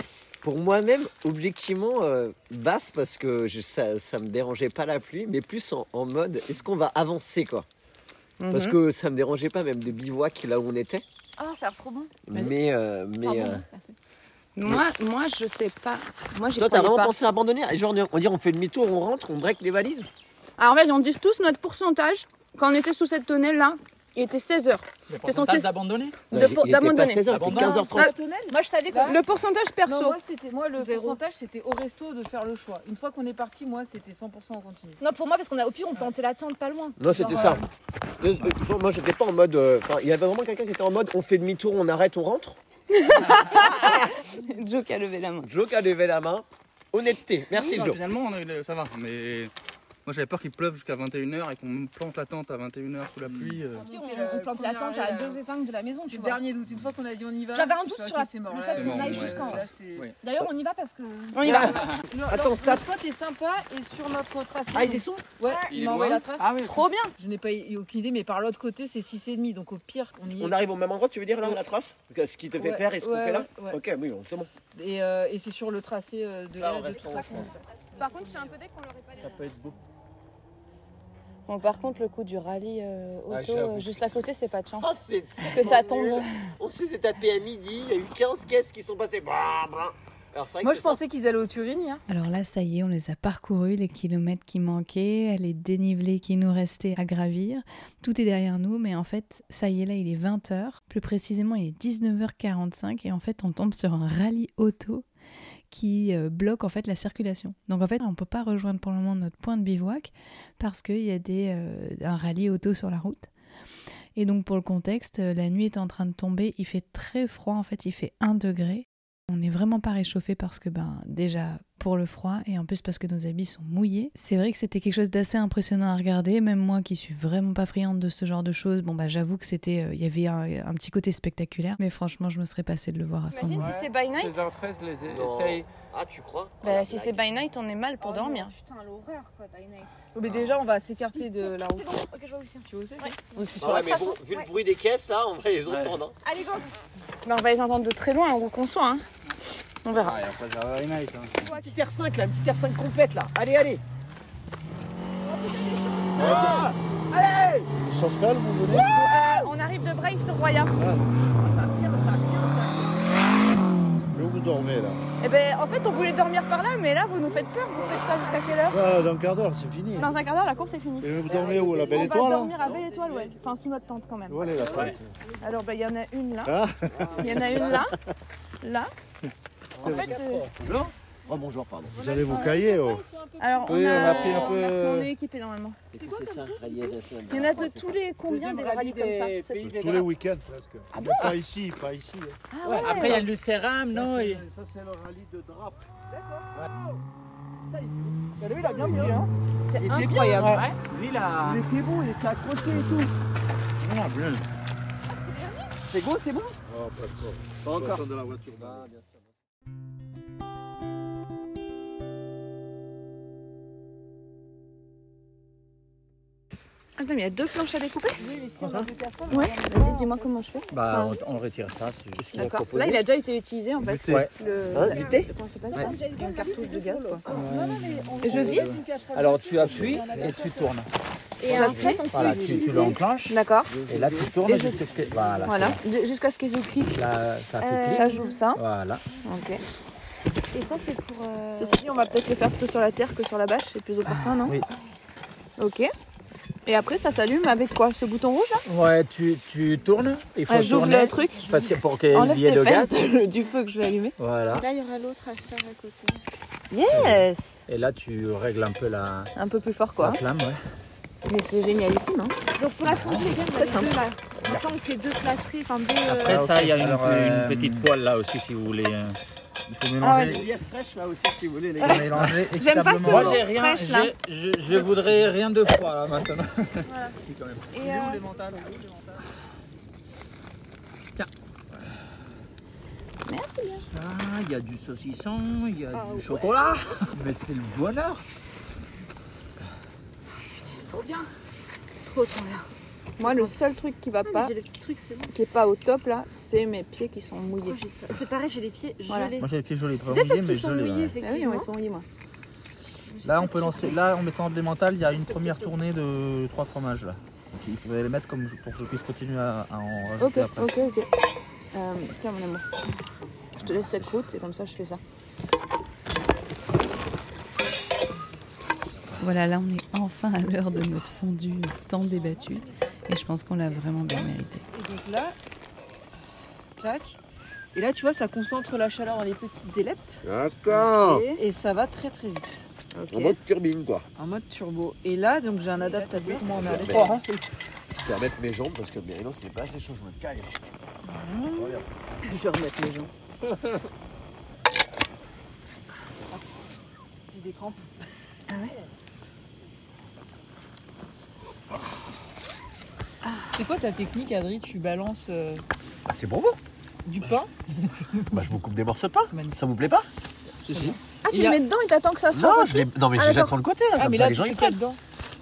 [SPEAKER 6] Pour moi-même, objectivement, euh, basse parce que je- ça, ça me dérangeait pas la pluie, mais plus en, en mode est-ce qu'on va avancer quoi Parce que ça me dérangeait pas même de bivouac là où on était.
[SPEAKER 7] Ah, ça a l'air trop bon.
[SPEAKER 6] Mais, euh, mais euh,
[SPEAKER 3] Moi, moi je sais pas. Moi j'ai
[SPEAKER 6] toi, t'as vraiment
[SPEAKER 3] pas.
[SPEAKER 6] pensé à abandonner Et genre, on dit on fait demi-tour, on rentre, on break les valises
[SPEAKER 3] Alors en fait, on dit tous notre pourcentage quand on était sous cette tonnelle là. Il était 16h.
[SPEAKER 8] Mais
[SPEAKER 3] T'es censé-
[SPEAKER 8] pourcentage d'abandonner
[SPEAKER 6] Non,
[SPEAKER 3] De-
[SPEAKER 6] il- il était
[SPEAKER 3] d'abandonner.
[SPEAKER 6] pas 16h, il était
[SPEAKER 8] Abandonner.
[SPEAKER 6] 15h30.
[SPEAKER 7] Moi, je savais que.
[SPEAKER 3] Le pourcentage perso.
[SPEAKER 5] Bah, Non, moi, c'était, moi, le
[SPEAKER 7] Zéro.
[SPEAKER 5] pourcentage, c'était au resto de faire le choix. Une fois qu'on est parti, moi, c'était 100% en continu.
[SPEAKER 7] Non, pour moi, parce qu'on a au pire, on peut hanter la tente pas loin.
[SPEAKER 6] Non, c'était
[SPEAKER 7] Genre,
[SPEAKER 6] ça. Euh, euh, genre, moi, j'étais pas en mode. euh, enfin, il y avait vraiment quelqu'un qui était en mode on fait demi-tour, on arrête, on rentre.
[SPEAKER 3] Joe qui a levé la main.
[SPEAKER 6] Joe qui a levé la main. Honnêteté. Merci,
[SPEAKER 8] Oui,
[SPEAKER 4] Ah,
[SPEAKER 8] non,
[SPEAKER 6] Joe.
[SPEAKER 8] Finalement, on a eu le- ça va. Mais moi, j'avais peur qu'il pleuve jusqu'à 21h et qu'on me plante la tente à 21h sous la pluie. euh.
[SPEAKER 7] Au pire, on, on plante la tente à deux épingles de la maison,
[SPEAKER 5] C'est
[SPEAKER 7] tu
[SPEAKER 5] le
[SPEAKER 7] vois.
[SPEAKER 5] dernier doute. Une fois qu'on a dit on y va,
[SPEAKER 7] J'avais un
[SPEAKER 5] je
[SPEAKER 7] doute
[SPEAKER 5] fais,
[SPEAKER 7] sur
[SPEAKER 5] ok,
[SPEAKER 7] la-
[SPEAKER 5] c'est mort.
[SPEAKER 7] le
[SPEAKER 5] Là,
[SPEAKER 7] fait
[SPEAKER 8] qu'on
[SPEAKER 5] euh,
[SPEAKER 8] aille
[SPEAKER 5] ouais,
[SPEAKER 8] jusqu'en-
[SPEAKER 5] là,
[SPEAKER 8] ouais.
[SPEAKER 5] c'est-
[SPEAKER 8] Ouais.
[SPEAKER 7] D'ailleurs, on y va parce que.
[SPEAKER 3] On y va.
[SPEAKER 5] Le-
[SPEAKER 6] Attends,
[SPEAKER 5] le-
[SPEAKER 6] stop.
[SPEAKER 5] Le spot est sympa et sur notre tracé.
[SPEAKER 6] Ah, il est
[SPEAKER 5] donc-
[SPEAKER 6] sombre
[SPEAKER 5] Ouais,
[SPEAKER 8] Il
[SPEAKER 5] il
[SPEAKER 8] est
[SPEAKER 5] m'a envoyé
[SPEAKER 8] loin
[SPEAKER 5] la trace.
[SPEAKER 6] Ah ouais.
[SPEAKER 5] Trop bien Je n'ai pas eu aucune idée, mais par l'autre côté, c'est 6,5. Donc au pire, on y est.
[SPEAKER 6] On arrive au même endroit, tu veux dire, là, la trace Que Ce qui te fait
[SPEAKER 5] Ouais,
[SPEAKER 6] faire et ce qu'on
[SPEAKER 5] ouais,
[SPEAKER 6] fait là
[SPEAKER 5] ouais, ouais.
[SPEAKER 6] Ok, oui, bon, c'est bon.
[SPEAKER 5] Et, euh, et c'est sur le tracé euh, de
[SPEAKER 6] Là,
[SPEAKER 5] la
[SPEAKER 6] on
[SPEAKER 5] de
[SPEAKER 6] reste
[SPEAKER 5] ce
[SPEAKER 6] en
[SPEAKER 5] track
[SPEAKER 6] chemin.
[SPEAKER 5] qu'on sort.
[SPEAKER 3] Par contre, je suis un peu dès qu'on l'aurait pas laissé.
[SPEAKER 6] peut être beau.
[SPEAKER 3] Bon, par contre, le coup du rallye euh, auto,
[SPEAKER 4] Ah, j'avoue,
[SPEAKER 3] euh, juste à côté, c'est pas de chance
[SPEAKER 6] Oh, c'est
[SPEAKER 3] que ça
[SPEAKER 6] tellement
[SPEAKER 3] tombe.
[SPEAKER 6] nul. On s'est tapé à midi, il y a eu 15 caisses qui sont passées. Brin, brin. Alors, c'est vrai que
[SPEAKER 9] Moi,
[SPEAKER 6] c'est
[SPEAKER 9] je pensais qu'ils allaient au Turini. hein.
[SPEAKER 1] Alors là, ça y est, on les a parcourus, les kilomètres qui manquaient, les dénivelés qui nous restaient à gravir. Tout est derrière nous, mais en fait, ça y est, là, il est 20h. Plus précisément, il est 19h45 et en fait, on tombe sur un rallye auto qui euh, bloque en fait la circulation. Donc en fait, on ne peut pas rejoindre pour le moment notre point de bivouac parce qu'il y a des, euh, un rallye auto sur la route. Et donc pour le contexte, euh, la nuit est en train de tomber, il fait très froid, en fait il fait 1 degré. On n'est vraiment pas réchauffé parce que ben déjà pour le froid et en plus parce que nos habits sont mouillés. C'est vrai que c'était quelque chose d'assez impressionnant à regarder, même moi qui suis vraiment pas friande de ce genre de choses. Bon bah j'avoue que c'était euh, il y avait un, un petit côté spectaculaire, mais franchement, je me serais passé de le voir à ce moment.
[SPEAKER 3] Imagine
[SPEAKER 1] là
[SPEAKER 3] si c'est by night.
[SPEAKER 4] César 13 les
[SPEAKER 2] e-
[SPEAKER 6] Non.
[SPEAKER 4] essaye.
[SPEAKER 6] Ah, tu crois
[SPEAKER 3] Bah, si c'est by night, on est mal pour dormir.
[SPEAKER 7] Putain, l'horreur quoi, by night.
[SPEAKER 9] Oh, Mais déjà, on va s'écarter de la route.
[SPEAKER 7] Ok, je vois où c'est.
[SPEAKER 5] Tu veux aussi
[SPEAKER 9] Donc, c'est sur
[SPEAKER 6] Ah ouais,
[SPEAKER 9] la
[SPEAKER 6] mais
[SPEAKER 9] trace,
[SPEAKER 6] bon,
[SPEAKER 9] hein.
[SPEAKER 6] vu le bruit des caisses, là, on va les entendre. hein.
[SPEAKER 7] Allez, go
[SPEAKER 3] Bah, on va les entendre de très loin, où qu'on soit. hein. On verra.
[SPEAKER 4] Ah, il a pas de Java Night. Hein.
[SPEAKER 6] Ouais, Petite R5, là, petite R5 complète, là. Allez, allez.
[SPEAKER 3] Ah, on arrive de Braille sur Roya.
[SPEAKER 10] Où vous dormez là
[SPEAKER 3] Eh ben, en fait, on voulait dormir par là, mais là, vous nous faites peur. Vous faites ça jusqu'à quelle heure
[SPEAKER 10] Ah, Dans un quart d'heure, c'est fini.
[SPEAKER 3] Dans un quart d'heure, la course est finie.
[SPEAKER 10] Et vous dormez où La belle
[SPEAKER 3] on
[SPEAKER 10] étoile
[SPEAKER 4] hein.
[SPEAKER 3] va
[SPEAKER 10] là
[SPEAKER 3] dormir à Belle Étoile, ouais. Enfin, sous notre tente quand même.
[SPEAKER 10] Où elle est la tente
[SPEAKER 3] Alors, bah, il y en a une là.
[SPEAKER 10] Ah.
[SPEAKER 3] Il y en a une là. Là. En fait, euh,
[SPEAKER 6] Oh, bonjour, pardon.
[SPEAKER 10] Vous avez vos cahiers oh.
[SPEAKER 3] alors on,
[SPEAKER 4] Oui,
[SPEAKER 3] a,
[SPEAKER 4] on a pris un peu-
[SPEAKER 3] on a- on est équipé normalement.
[SPEAKER 6] C'est ça,
[SPEAKER 3] Il y en a de tous les combien des rallyes comme ça C'est-
[SPEAKER 10] Tous les week-ends presque. Mais pas ici, pas ici. hein.
[SPEAKER 3] Ah ouais.
[SPEAKER 4] Après, il y a le Lucéram, non
[SPEAKER 10] ça,
[SPEAKER 4] et...
[SPEAKER 10] c'est- ça, c'est le rallye de drape.
[SPEAKER 6] Lui, il a bien pris, hein.
[SPEAKER 3] C'est
[SPEAKER 6] Il était
[SPEAKER 3] incroyable.
[SPEAKER 6] incroyable.
[SPEAKER 4] Lui, là.
[SPEAKER 6] Il était bon, il était accroché et tout.
[SPEAKER 4] Ah, bleu.
[SPEAKER 6] C'est beau, c'est bon
[SPEAKER 10] Oh, pas encore.
[SPEAKER 6] Ah, Pas
[SPEAKER 10] Sortons de la voiture. bah.
[SPEAKER 3] Attends, mais il y a deux planches à découper Ouais. Vas-y, dis-moi comment je fais.
[SPEAKER 4] Bah, on, on retire ça. c'est juste-
[SPEAKER 6] Qu'est-ce qu'il a
[SPEAKER 3] Là,
[SPEAKER 6] proposé
[SPEAKER 3] il a déjà été utilisé en fait.
[SPEAKER 4] Ouais.
[SPEAKER 5] Ah,
[SPEAKER 3] Le...
[SPEAKER 6] Hein, buté
[SPEAKER 3] Comment ça s'appelle ça Une cartouche de gaz quoi.
[SPEAKER 9] Et je visse
[SPEAKER 4] Alors, tu appuies et tu tournes.
[SPEAKER 3] Et après,
[SPEAKER 4] Voilà, tu, tu l'enclenches
[SPEAKER 3] D'accord,
[SPEAKER 4] et là, tu tournes jusqu'à ce que. Voilà.
[SPEAKER 3] voilà. De- Jusqu'à ce qu'ils aient cliquent.
[SPEAKER 4] Là, ça fait clic.
[SPEAKER 3] Ça joue
[SPEAKER 9] Euh,
[SPEAKER 3] ça.
[SPEAKER 4] Voilà.
[SPEAKER 3] Ok.
[SPEAKER 7] Et ça, c'est pour. euh,
[SPEAKER 3] Ceci dit, on va peut-être le faire plutôt sur la terre que sur la bâche, c'est plus opportun, non
[SPEAKER 4] Oui.
[SPEAKER 3] Ok. Et après, ça s'allume avec quoi Ce bouton rouge là
[SPEAKER 4] Ouais, tu, tu tournes. Il faut
[SPEAKER 3] Ah, J'ouvre
[SPEAKER 4] tourner
[SPEAKER 3] le truc.
[SPEAKER 4] Parce que pour qu'il
[SPEAKER 3] Enlève
[SPEAKER 4] y ait
[SPEAKER 3] tes
[SPEAKER 4] le
[SPEAKER 3] fesses
[SPEAKER 4] gaz.
[SPEAKER 3] de- du feu que je vais allumer.
[SPEAKER 4] Voilà.
[SPEAKER 7] Là, il y aura l'autre à faire à côté.
[SPEAKER 3] Yes
[SPEAKER 4] Et là, tu règles un peu la,
[SPEAKER 3] Un peu plus fort
[SPEAKER 4] la
[SPEAKER 3] quoi.
[SPEAKER 4] flamme. Ouais.
[SPEAKER 3] Mais c'est génialissime, hein
[SPEAKER 7] Donc pour la plongée, les gars, on a
[SPEAKER 3] Ça,
[SPEAKER 7] les
[SPEAKER 3] c'est
[SPEAKER 7] deux là. Comme ça, on fait deux plastrés, enfin deux.
[SPEAKER 4] Ah,
[SPEAKER 7] euh,
[SPEAKER 4] ok.
[SPEAKER 11] ça, il y a une,
[SPEAKER 4] Alors,
[SPEAKER 11] une
[SPEAKER 4] euh,
[SPEAKER 11] petite poêle là aussi si vous voulez. euh. Il faut
[SPEAKER 3] Ah
[SPEAKER 11] mélanger.
[SPEAKER 3] ouais.
[SPEAKER 6] bière fraîche, là aussi, si vous voulez, les
[SPEAKER 4] mélanger
[SPEAKER 3] J'aime pas ce
[SPEAKER 4] équitablement.
[SPEAKER 11] Moi
[SPEAKER 3] mot
[SPEAKER 11] j'ai rien,
[SPEAKER 3] fraîche là. euh,
[SPEAKER 11] j'ai- je, je voudrais rien de froid là maintenant.
[SPEAKER 3] Et, euh,
[SPEAKER 11] Ça, il y a du saucisson, il y a
[SPEAKER 3] Ah
[SPEAKER 11] du chocolat. Mais c'est le bonheur.
[SPEAKER 7] Trop trop bien.
[SPEAKER 3] Moi, le seul truc qui va pas,
[SPEAKER 7] Ah, J'ai le petit truc, c'est bon.
[SPEAKER 3] qui est pas au top là, c'est mes pieds qui sont mouillés.
[SPEAKER 7] Pourquoi j'ai ça C'est pareil, j'ai les pieds
[SPEAKER 3] Voilà.
[SPEAKER 7] gelés.
[SPEAKER 11] Moi j'ai les pieds jolis, pas
[SPEAKER 7] C'est peut-être
[SPEAKER 11] mouillés,
[SPEAKER 7] parce
[SPEAKER 11] mais
[SPEAKER 7] qu'ils sont
[SPEAKER 11] gelés,
[SPEAKER 7] mouillés,
[SPEAKER 11] ouais.
[SPEAKER 3] Ah oui,
[SPEAKER 7] effectivement.
[SPEAKER 3] ils sont mouillés, moi.
[SPEAKER 11] Là on peut lancer, là en mettant des mentales, il y a une première tournée de trois fromages là. Donc, il faudrait les mettre comme je- pour que je puisse continuer à, à en rajouter
[SPEAKER 3] Ok,
[SPEAKER 7] Oh.
[SPEAKER 11] après.
[SPEAKER 3] ok, ok. Euh, tiens, mon amour. Je te laisse cette route et comme ça, je fais ça.
[SPEAKER 1] Voilà, là on est enfin à l'heure de notre fondue tant débattue et je pense qu'on l'a vraiment bien mérité.
[SPEAKER 9] Et donc là, clac. Et là, tu vois, ça concentre la chaleur dans les petites ailettes.
[SPEAKER 6] D'accord
[SPEAKER 9] Et ça va très très vite.
[SPEAKER 6] En mode turbine, quoi.
[SPEAKER 9] En mode turbo. Et là, donc j'ai un adaptateur. Moi, on est
[SPEAKER 6] trois, Je vais remettre mes jambes parce que Mérino, c'est pas assez chaud, je me caille.
[SPEAKER 9] Je vais remettre les gens. J'ai des crampes. C'est quoi ta technique, Adri Tu balances euh,
[SPEAKER 6] Ah, c'est bon, vous
[SPEAKER 9] du pain
[SPEAKER 6] Bah, je vous coupe des morceaux de pain. Ça vous plaît pas
[SPEAKER 3] Ah, tu
[SPEAKER 9] Et
[SPEAKER 3] le
[SPEAKER 9] là-
[SPEAKER 3] mets dedans et t'attends que ça se
[SPEAKER 6] Non,
[SPEAKER 3] fasse
[SPEAKER 6] je les... non mais
[SPEAKER 3] Ah,
[SPEAKER 6] je les jette
[SPEAKER 3] d'accord.
[SPEAKER 6] sur le côté, là.
[SPEAKER 9] Ah,
[SPEAKER 6] comme
[SPEAKER 9] mais
[SPEAKER 6] ça,
[SPEAKER 9] là,
[SPEAKER 6] les
[SPEAKER 9] tu
[SPEAKER 6] gens,
[SPEAKER 9] fais
[SPEAKER 6] ils
[SPEAKER 9] quoi
[SPEAKER 6] prennent.
[SPEAKER 9] dedans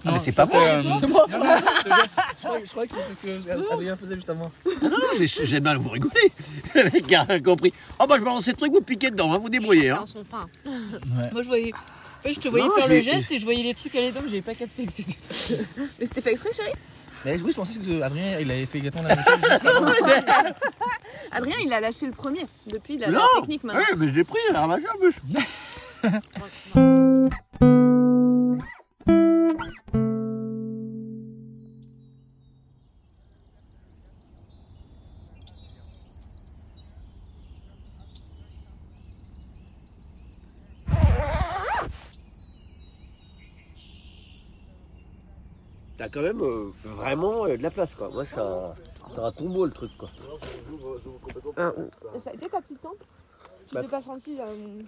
[SPEAKER 6] Ah, mais c'est pas bon.
[SPEAKER 9] toi
[SPEAKER 11] C'est moi. Je crois- je crois que c'était ce que Adrien faisait juste avant.
[SPEAKER 6] Ah, non, j'ai- j'ai de mal, vous rigolez. Le Ah, mec a rien compris. Oh, bah, je balance ces trucs, vous piquez dedans, hein, vous débrouillez. Hein.
[SPEAKER 7] Dans son pain.
[SPEAKER 9] Moi, je voyais. En fait, je te voyais
[SPEAKER 11] Non,
[SPEAKER 9] faire
[SPEAKER 11] j'ai-
[SPEAKER 9] le geste et je voyais les trucs aller dedans, mais j'avais pas capté que c'était toi. Mais c'était fait exprès, chérie
[SPEAKER 11] Mais oui, je pensais que Adrien, il avait fait exactement la même chose. juste avant.
[SPEAKER 3] Adrien, il a lâché le premier. Depuis, il a la
[SPEAKER 11] non
[SPEAKER 3] technique maintenant.
[SPEAKER 11] Ouais, mais je l'ai pris, il a ramassé en plus.
[SPEAKER 6] T'as quand même euh, vraiment euh, de la place, quoi. Moi, ça, ça a tombé le truc, quoi. Ah,
[SPEAKER 9] Ça a été ta petite tempe Tu
[SPEAKER 6] Bah-
[SPEAKER 9] t'es pas senti là
[SPEAKER 3] euh,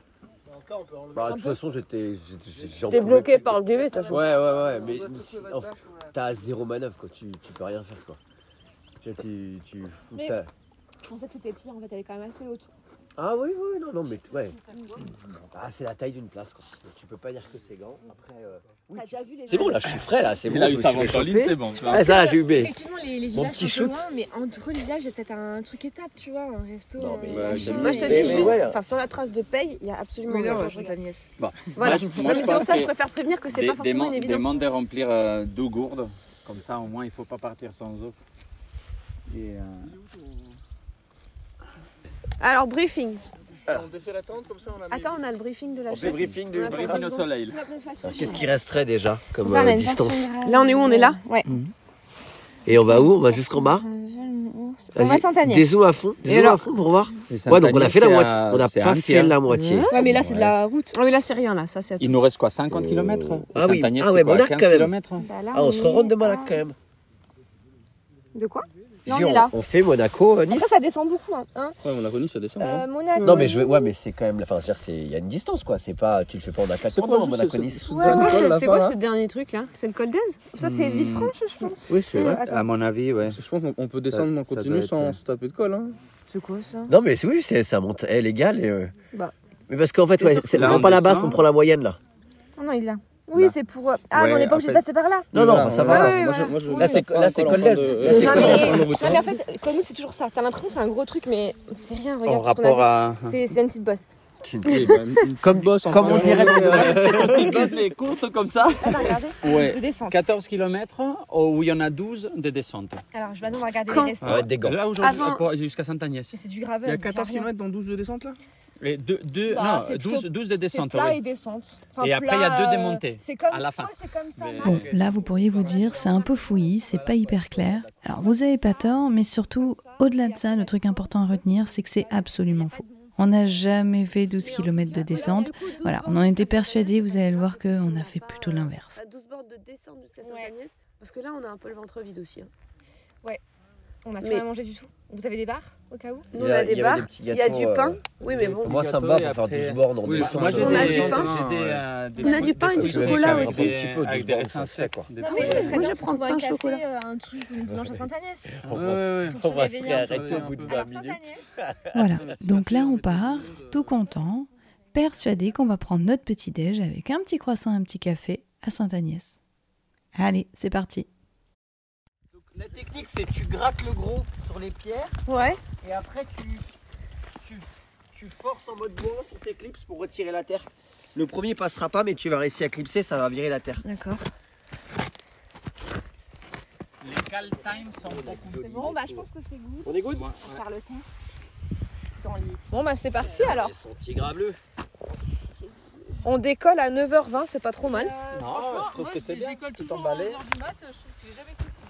[SPEAKER 6] Bah, de toute façon, j'étais. j'étais- j'étais- j'en
[SPEAKER 9] T'es
[SPEAKER 6] pouvais
[SPEAKER 9] bloqué
[SPEAKER 6] plus,
[SPEAKER 9] par
[SPEAKER 6] quoi.
[SPEAKER 9] le DV, t'as
[SPEAKER 6] Ouais, ouais, ouais, mais si- en fait, t'as zéro manœuvre, quoi. Tu, tu peux rien faire, quoi. Tu vois, tu. tu fous-
[SPEAKER 7] Mais-
[SPEAKER 6] t'as-
[SPEAKER 7] Je pensais que c'était pire, en fait, elle est quand même assez haute.
[SPEAKER 6] Ah, oui, oui, non, non, mais ouais. Ah, c'est la taille d'une place, quoi. Donc, tu peux pas dire que c'est grand. Après. euh,
[SPEAKER 7] T'as déjà vu les
[SPEAKER 6] C'est bon, là, je suis frais, là. C'est
[SPEAKER 4] Il
[SPEAKER 6] bon.
[SPEAKER 10] Oh,
[SPEAKER 4] a eu
[SPEAKER 6] je me
[SPEAKER 4] sa
[SPEAKER 6] suis
[SPEAKER 4] vente en
[SPEAKER 6] réchauffé.
[SPEAKER 4] ligne, c'est bon, tu vois.
[SPEAKER 6] Ah, ça, j'ai eu mes-
[SPEAKER 7] Effectivement, les, les
[SPEAKER 6] mon
[SPEAKER 7] villages
[SPEAKER 6] petit
[SPEAKER 7] sont un peu
[SPEAKER 6] shoot.
[SPEAKER 7] loin, mais entre les villages, il y a peut-être un truc étape, tu vois, un resto.
[SPEAKER 6] Non, mais
[SPEAKER 7] un
[SPEAKER 6] ouais,
[SPEAKER 7] machin.
[SPEAKER 6] j'aime
[SPEAKER 3] Moi, je te
[SPEAKER 6] Mais-
[SPEAKER 3] dis
[SPEAKER 6] mais
[SPEAKER 3] juste,
[SPEAKER 6] ouais.
[SPEAKER 3] enfin, sur la trace de paye, il y a absolument
[SPEAKER 5] Oui, non,
[SPEAKER 3] rien.
[SPEAKER 5] ouais, je vais te la nièche.
[SPEAKER 4] Bon.
[SPEAKER 3] Voilà.
[SPEAKER 4] Moi, je-
[SPEAKER 3] Non,
[SPEAKER 4] moi,
[SPEAKER 3] mais
[SPEAKER 4] je
[SPEAKER 3] c'est pour
[SPEAKER 4] pense
[SPEAKER 3] ça que je
[SPEAKER 4] que
[SPEAKER 3] préfère prévenir que c'est
[SPEAKER 4] Des-
[SPEAKER 3] pas forcément une
[SPEAKER 4] demande-
[SPEAKER 3] évidence.
[SPEAKER 4] Demande de remplir euh, deux gourdes, comme ça au moins il faut pas partir sans eau. Et, euh,
[SPEAKER 3] Alors, briefing.
[SPEAKER 10] On défait la tente comme ça, on
[SPEAKER 7] Ah,
[SPEAKER 10] la met.
[SPEAKER 3] Attends, on a le briefing de la
[SPEAKER 10] On
[SPEAKER 3] chef.
[SPEAKER 10] fait briefing du-
[SPEAKER 3] On a pas
[SPEAKER 10] briefing
[SPEAKER 3] besoin.
[SPEAKER 10] au soleil.
[SPEAKER 6] Qu'est-ce qui resterait déjà comme
[SPEAKER 3] Là, on
[SPEAKER 6] euh,
[SPEAKER 3] a une
[SPEAKER 6] distance
[SPEAKER 3] version grave. Là, on est où On est là Ouais.
[SPEAKER 6] Et on va où On va jusqu'en bas
[SPEAKER 7] On va
[SPEAKER 6] Vas-y,
[SPEAKER 7] Saint-Agnès.
[SPEAKER 6] Des eaux à fond Des
[SPEAKER 7] Et
[SPEAKER 6] eaux à
[SPEAKER 7] alors
[SPEAKER 6] fond pour voir
[SPEAKER 4] Et
[SPEAKER 6] Ouais, donc on a fait
[SPEAKER 4] Saint-Agnès,
[SPEAKER 6] la
[SPEAKER 4] c'est
[SPEAKER 6] moitié. On n'a
[SPEAKER 4] un- c'est
[SPEAKER 6] pas
[SPEAKER 4] un
[SPEAKER 6] fait
[SPEAKER 4] tiers.
[SPEAKER 6] la moitié.
[SPEAKER 7] Mmh.
[SPEAKER 3] Ouais, mais là, c'est de la route. Oui, là, c'est rien, là. Ça, c'est à
[SPEAKER 4] Il nous reste quoi 50 km
[SPEAKER 6] Ah oui, ah ouais, Monac quand même.
[SPEAKER 7] Bah,
[SPEAKER 6] Ah, on se rend de Monac quand même.
[SPEAKER 7] De quoi
[SPEAKER 6] Je
[SPEAKER 7] Non,
[SPEAKER 6] dis,
[SPEAKER 7] on est là.
[SPEAKER 6] on fait Monaco, euh, Nice.
[SPEAKER 7] Après, ça descend beaucoup, hein. hein.
[SPEAKER 6] Ouais, on a connu, ça descend.
[SPEAKER 8] hein.
[SPEAKER 7] Euh, Monaco.
[SPEAKER 6] Non, mais je veux. Ouais, mais c'est quand même. Enfin, c'est-à-dire, c'est- il y a une distance, quoi. C'est pas. Tu le fais pas en accompagnement, Monaco, Nice.
[SPEAKER 3] Ouais, ouais, c'est- C'est quoi ce dernier truc là C'est le col d'Aise
[SPEAKER 7] Ça, c'est
[SPEAKER 6] Hmm.
[SPEAKER 7] Villefranche, je pense.
[SPEAKER 6] Oui, c'est vrai.
[SPEAKER 7] Attends.
[SPEAKER 4] À mon avis, ouais.
[SPEAKER 8] Je pense qu'on on peut
[SPEAKER 6] Ça-
[SPEAKER 8] descendre en
[SPEAKER 6] ça
[SPEAKER 8] continu
[SPEAKER 6] doit
[SPEAKER 8] sans
[SPEAKER 6] être-
[SPEAKER 8] se taper de colle. Hein.
[SPEAKER 7] C'est quoi ça
[SPEAKER 6] Non, mais c'est- oui, c'est- ça monte. Eh, les gars, les, euh,
[SPEAKER 7] Bah.
[SPEAKER 6] Mais parce qu'en fait,
[SPEAKER 7] C'est
[SPEAKER 6] ouais,
[SPEAKER 7] sûr que
[SPEAKER 6] c'est-
[SPEAKER 7] ça-
[SPEAKER 6] on prend pas la basse,
[SPEAKER 7] descend.
[SPEAKER 6] on prend la moyenne, là.
[SPEAKER 7] Ah Non, non, il est là. Oui, c'est pour. euh, Ah, mais on
[SPEAKER 6] Bah. Ouais,
[SPEAKER 7] n'est pas
[SPEAKER 6] en
[SPEAKER 7] obligé de
[SPEAKER 6] fait-
[SPEAKER 7] passer par là.
[SPEAKER 6] Non, non, ça va.
[SPEAKER 7] Ouais,
[SPEAKER 6] Moi, je-
[SPEAKER 7] voilà.
[SPEAKER 6] moi, je-
[SPEAKER 7] Oui.
[SPEAKER 6] Là, c'est là, c'est
[SPEAKER 8] Encore
[SPEAKER 6] Col
[SPEAKER 8] en fin
[SPEAKER 6] d'Ez.
[SPEAKER 8] de-
[SPEAKER 6] Là, c'est
[SPEAKER 7] Non,
[SPEAKER 6] Col
[SPEAKER 7] mais,
[SPEAKER 6] d'Ez.
[SPEAKER 7] non, mais en fait, comme nous, c'est toujours ça. T'as l'impression que c'est un gros truc, mais c'est rien. Regarde
[SPEAKER 4] En
[SPEAKER 7] ce qu'on
[SPEAKER 4] rapport
[SPEAKER 7] a
[SPEAKER 4] à-
[SPEAKER 7] fait. C'est c'est une petite bosse.
[SPEAKER 6] Comme boss, comme on dirait.
[SPEAKER 4] les courtes comme ça.
[SPEAKER 7] Attends, regardez.
[SPEAKER 4] Ouais.
[SPEAKER 7] De descente.
[SPEAKER 4] 14 km euh, où il y en a 12 de descente.
[SPEAKER 7] Alors, je vais donc regarder
[SPEAKER 4] Quand
[SPEAKER 7] les restes.
[SPEAKER 4] Ah ouais, des gants. Là, aujourd'hui,
[SPEAKER 7] Avant- Euh,
[SPEAKER 4] pour- jusqu'à Saint-Agnès.
[SPEAKER 7] C'est du gravel.
[SPEAKER 8] Il y a
[SPEAKER 7] donc y
[SPEAKER 8] 14
[SPEAKER 7] rien.
[SPEAKER 8] km dans 12 de descente
[SPEAKER 6] Ah,
[SPEAKER 8] là
[SPEAKER 4] Les deux, deux,
[SPEAKER 7] Bah,
[SPEAKER 4] non,
[SPEAKER 7] c'est
[SPEAKER 4] 12,
[SPEAKER 7] plutôt-
[SPEAKER 4] 12 de descente.
[SPEAKER 7] C'est plat
[SPEAKER 4] oui.
[SPEAKER 7] et descente. Enfin,
[SPEAKER 4] Et après, il y a
[SPEAKER 7] plat,
[SPEAKER 4] deux
[SPEAKER 7] euh,
[SPEAKER 4] démontées,
[SPEAKER 7] C'est comme
[SPEAKER 4] à la
[SPEAKER 7] soit
[SPEAKER 4] fin.
[SPEAKER 7] c'est comme ça.
[SPEAKER 1] Bon, là, vous pourriez vous dire, c'est un peu fouillis, c'est pas hyper clair. Alors, vous avez pas tort, mais surtout, au-delà de ça, le truc important à retenir, c'est que c'est absolument faux. On n'a jamais fait 12 km de descente. Voilà, on en était persuadés, vous allez le voir qu'on a fait plutôt l'inverse.
[SPEAKER 3] À 12 bornes de descente jusqu'à Saint-Agnès. Parce que là, on a un peu le ventre vide aussi. hein.
[SPEAKER 7] Ouais. On a plus
[SPEAKER 3] Mais-
[SPEAKER 7] rien à manger du tout. Vous avez des barres au cas où
[SPEAKER 3] Nous, on a des barres, il y a du pain. Oui, mais bon.
[SPEAKER 6] Moi, ça me va pour faire 12 bornes en
[SPEAKER 4] Oui,
[SPEAKER 6] descente.
[SPEAKER 4] moi, j'ai
[SPEAKER 6] On
[SPEAKER 4] des-
[SPEAKER 6] a du
[SPEAKER 4] j'ai des,
[SPEAKER 6] pain.
[SPEAKER 4] euh, des
[SPEAKER 3] On a
[SPEAKER 4] fruits-
[SPEAKER 3] du pain et
[SPEAKER 4] des
[SPEAKER 3] du
[SPEAKER 4] fruits
[SPEAKER 3] chocolat
[SPEAKER 4] avec
[SPEAKER 3] aussi.
[SPEAKER 4] des- euh,
[SPEAKER 6] Un petit peu,
[SPEAKER 4] Avec
[SPEAKER 6] douze
[SPEAKER 4] des
[SPEAKER 6] bornes,
[SPEAKER 4] raisins
[SPEAKER 6] ça se fait,
[SPEAKER 4] secs.
[SPEAKER 6] quoi.
[SPEAKER 4] Des
[SPEAKER 7] Non,
[SPEAKER 4] fruits-
[SPEAKER 7] mais ça serait
[SPEAKER 3] Moi,
[SPEAKER 7] bien
[SPEAKER 3] je
[SPEAKER 7] de
[SPEAKER 3] prends
[SPEAKER 7] trouver
[SPEAKER 3] pain
[SPEAKER 7] un
[SPEAKER 3] au
[SPEAKER 7] café,
[SPEAKER 3] chocolat.
[SPEAKER 7] euh, un truc, une planche à Saint-Agnès.
[SPEAKER 6] On va se-
[SPEAKER 7] Pour
[SPEAKER 6] on
[SPEAKER 7] se
[SPEAKER 6] va se
[SPEAKER 7] réveiller un peu.
[SPEAKER 6] arrêter au bout de 20
[SPEAKER 4] Bah,
[SPEAKER 7] Alors,
[SPEAKER 6] minutes.
[SPEAKER 7] Saint-Agnès,
[SPEAKER 1] Voilà, donc là on part, tout content, persuadé qu'on va prendre notre petit déj avec un petit croissant et un petit café à Sainte-Agnès. Allez, c'est parti.
[SPEAKER 12] La technique, c'est tu grattes le gros sur les pierres.
[SPEAKER 3] Ouais.
[SPEAKER 12] Et après, tu, tu, tu forces en mode bourrin sur tes clips pour retirer la terre.
[SPEAKER 6] Le premier passera pas, mais tu vas réussir à clipser, ça va virer la terre.
[SPEAKER 3] D'accord.
[SPEAKER 4] Les cal times sont beaucoup
[SPEAKER 7] C'est bon, bah je pense que c'est good.
[SPEAKER 6] On est good
[SPEAKER 7] On va faire le test. Dans les...
[SPEAKER 3] Bon, bah, c'est parti alors.
[SPEAKER 6] Sentier graveleux.
[SPEAKER 3] On décolle à 9h20, c'est pas trop mal.
[SPEAKER 6] je trouve que c'est bien. Tu t'emballes.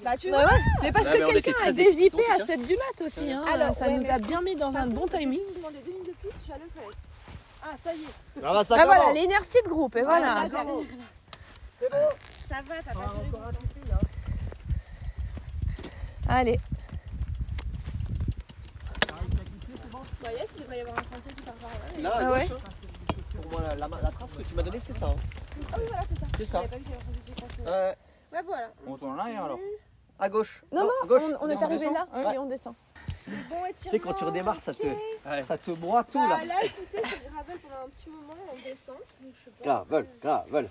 [SPEAKER 7] Bah tu
[SPEAKER 3] Bah
[SPEAKER 7] vois,
[SPEAKER 3] ouais, mais parce
[SPEAKER 6] Bah, mais
[SPEAKER 3] que
[SPEAKER 6] on était
[SPEAKER 3] quelqu'un
[SPEAKER 6] très
[SPEAKER 3] a
[SPEAKER 6] efficients,
[SPEAKER 3] dézippé à
[SPEAKER 6] tiens.
[SPEAKER 3] 7 du mat aussi. Hein.
[SPEAKER 7] Alors,
[SPEAKER 3] ça
[SPEAKER 7] ouais,
[SPEAKER 3] nous
[SPEAKER 7] mais
[SPEAKER 3] a
[SPEAKER 7] c'est-
[SPEAKER 3] bien mis dans un bon timing.
[SPEAKER 7] Je vais demander deux minutes de plus, je suis à le faire. Ah ça y est.
[SPEAKER 6] Ah bah, ça
[SPEAKER 3] Ah voilà,
[SPEAKER 6] commence.
[SPEAKER 3] l'inertie de groupe, et voilà.
[SPEAKER 7] Ah, ça, ça-
[SPEAKER 12] C'est bon
[SPEAKER 7] Ça va, t'as pas duré
[SPEAKER 12] Encore un
[SPEAKER 7] longtemps.
[SPEAKER 12] petit fil, hein.
[SPEAKER 3] Allez.
[SPEAKER 7] Bah yes, il devrait y avoir un sentier qui part par là.
[SPEAKER 6] Là,
[SPEAKER 7] Ah
[SPEAKER 6] à
[SPEAKER 7] ouais.
[SPEAKER 12] hein.
[SPEAKER 6] gauche, Pour moi, la, la- la trace que tu m'as donnée, c'est ça. hein.
[SPEAKER 7] Ah oui, voilà, c'est ça.
[SPEAKER 6] C'est ça.
[SPEAKER 7] J'avais pas vu qu'il y avait un sentier qui passait.
[SPEAKER 9] Euh,
[SPEAKER 6] Ouais.
[SPEAKER 7] Ouais, voilà.
[SPEAKER 4] On tourne là et alors
[SPEAKER 6] À gauche.
[SPEAKER 9] Oh,
[SPEAKER 3] Non, non,
[SPEAKER 6] à gauche.
[SPEAKER 3] on, on est arrivé là
[SPEAKER 6] Ouais.
[SPEAKER 3] et on descend.
[SPEAKER 7] Bon
[SPEAKER 6] Tu
[SPEAKER 7] étirement.
[SPEAKER 6] sais, quand tu redémarres, ça te,
[SPEAKER 4] Ouais.
[SPEAKER 6] ça te broie tout là.
[SPEAKER 7] Bah là, écoutez, c'est gravel pendant un petit moment, on descend. Donc je pense
[SPEAKER 6] Gravel, gravel.
[SPEAKER 7] que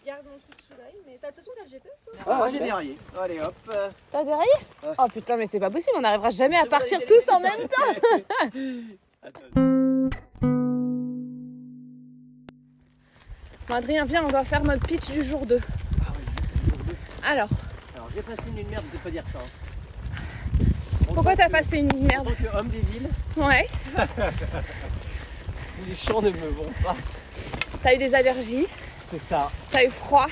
[SPEAKER 7] je garde mon truc sous l'œil. Mais t'as- de toute façon, t'as le GPS toi
[SPEAKER 6] Ah,
[SPEAKER 12] moi,
[SPEAKER 6] ouais.
[SPEAKER 12] j'ai déraillé. Allez, hop. euh,
[SPEAKER 3] T'as déraillé Oh putain, mais c'est pas possible, on n'arrivera jamais à partir tous en même temps. Bon, Adrien, viens, on doit faire notre pitch du jour 2.
[SPEAKER 5] Ah
[SPEAKER 3] Alors,
[SPEAKER 12] Alors j'ai passé une nuit de merde de pas dire ça. hein.
[SPEAKER 3] pourquoi t'as passé une
[SPEAKER 12] En
[SPEAKER 3] merde
[SPEAKER 12] tant que homme des villes,
[SPEAKER 3] Ouais,
[SPEAKER 12] où les champs ne me vont pas.
[SPEAKER 3] t'as eu des allergies,
[SPEAKER 12] C'est ça.
[SPEAKER 3] t'as eu froid.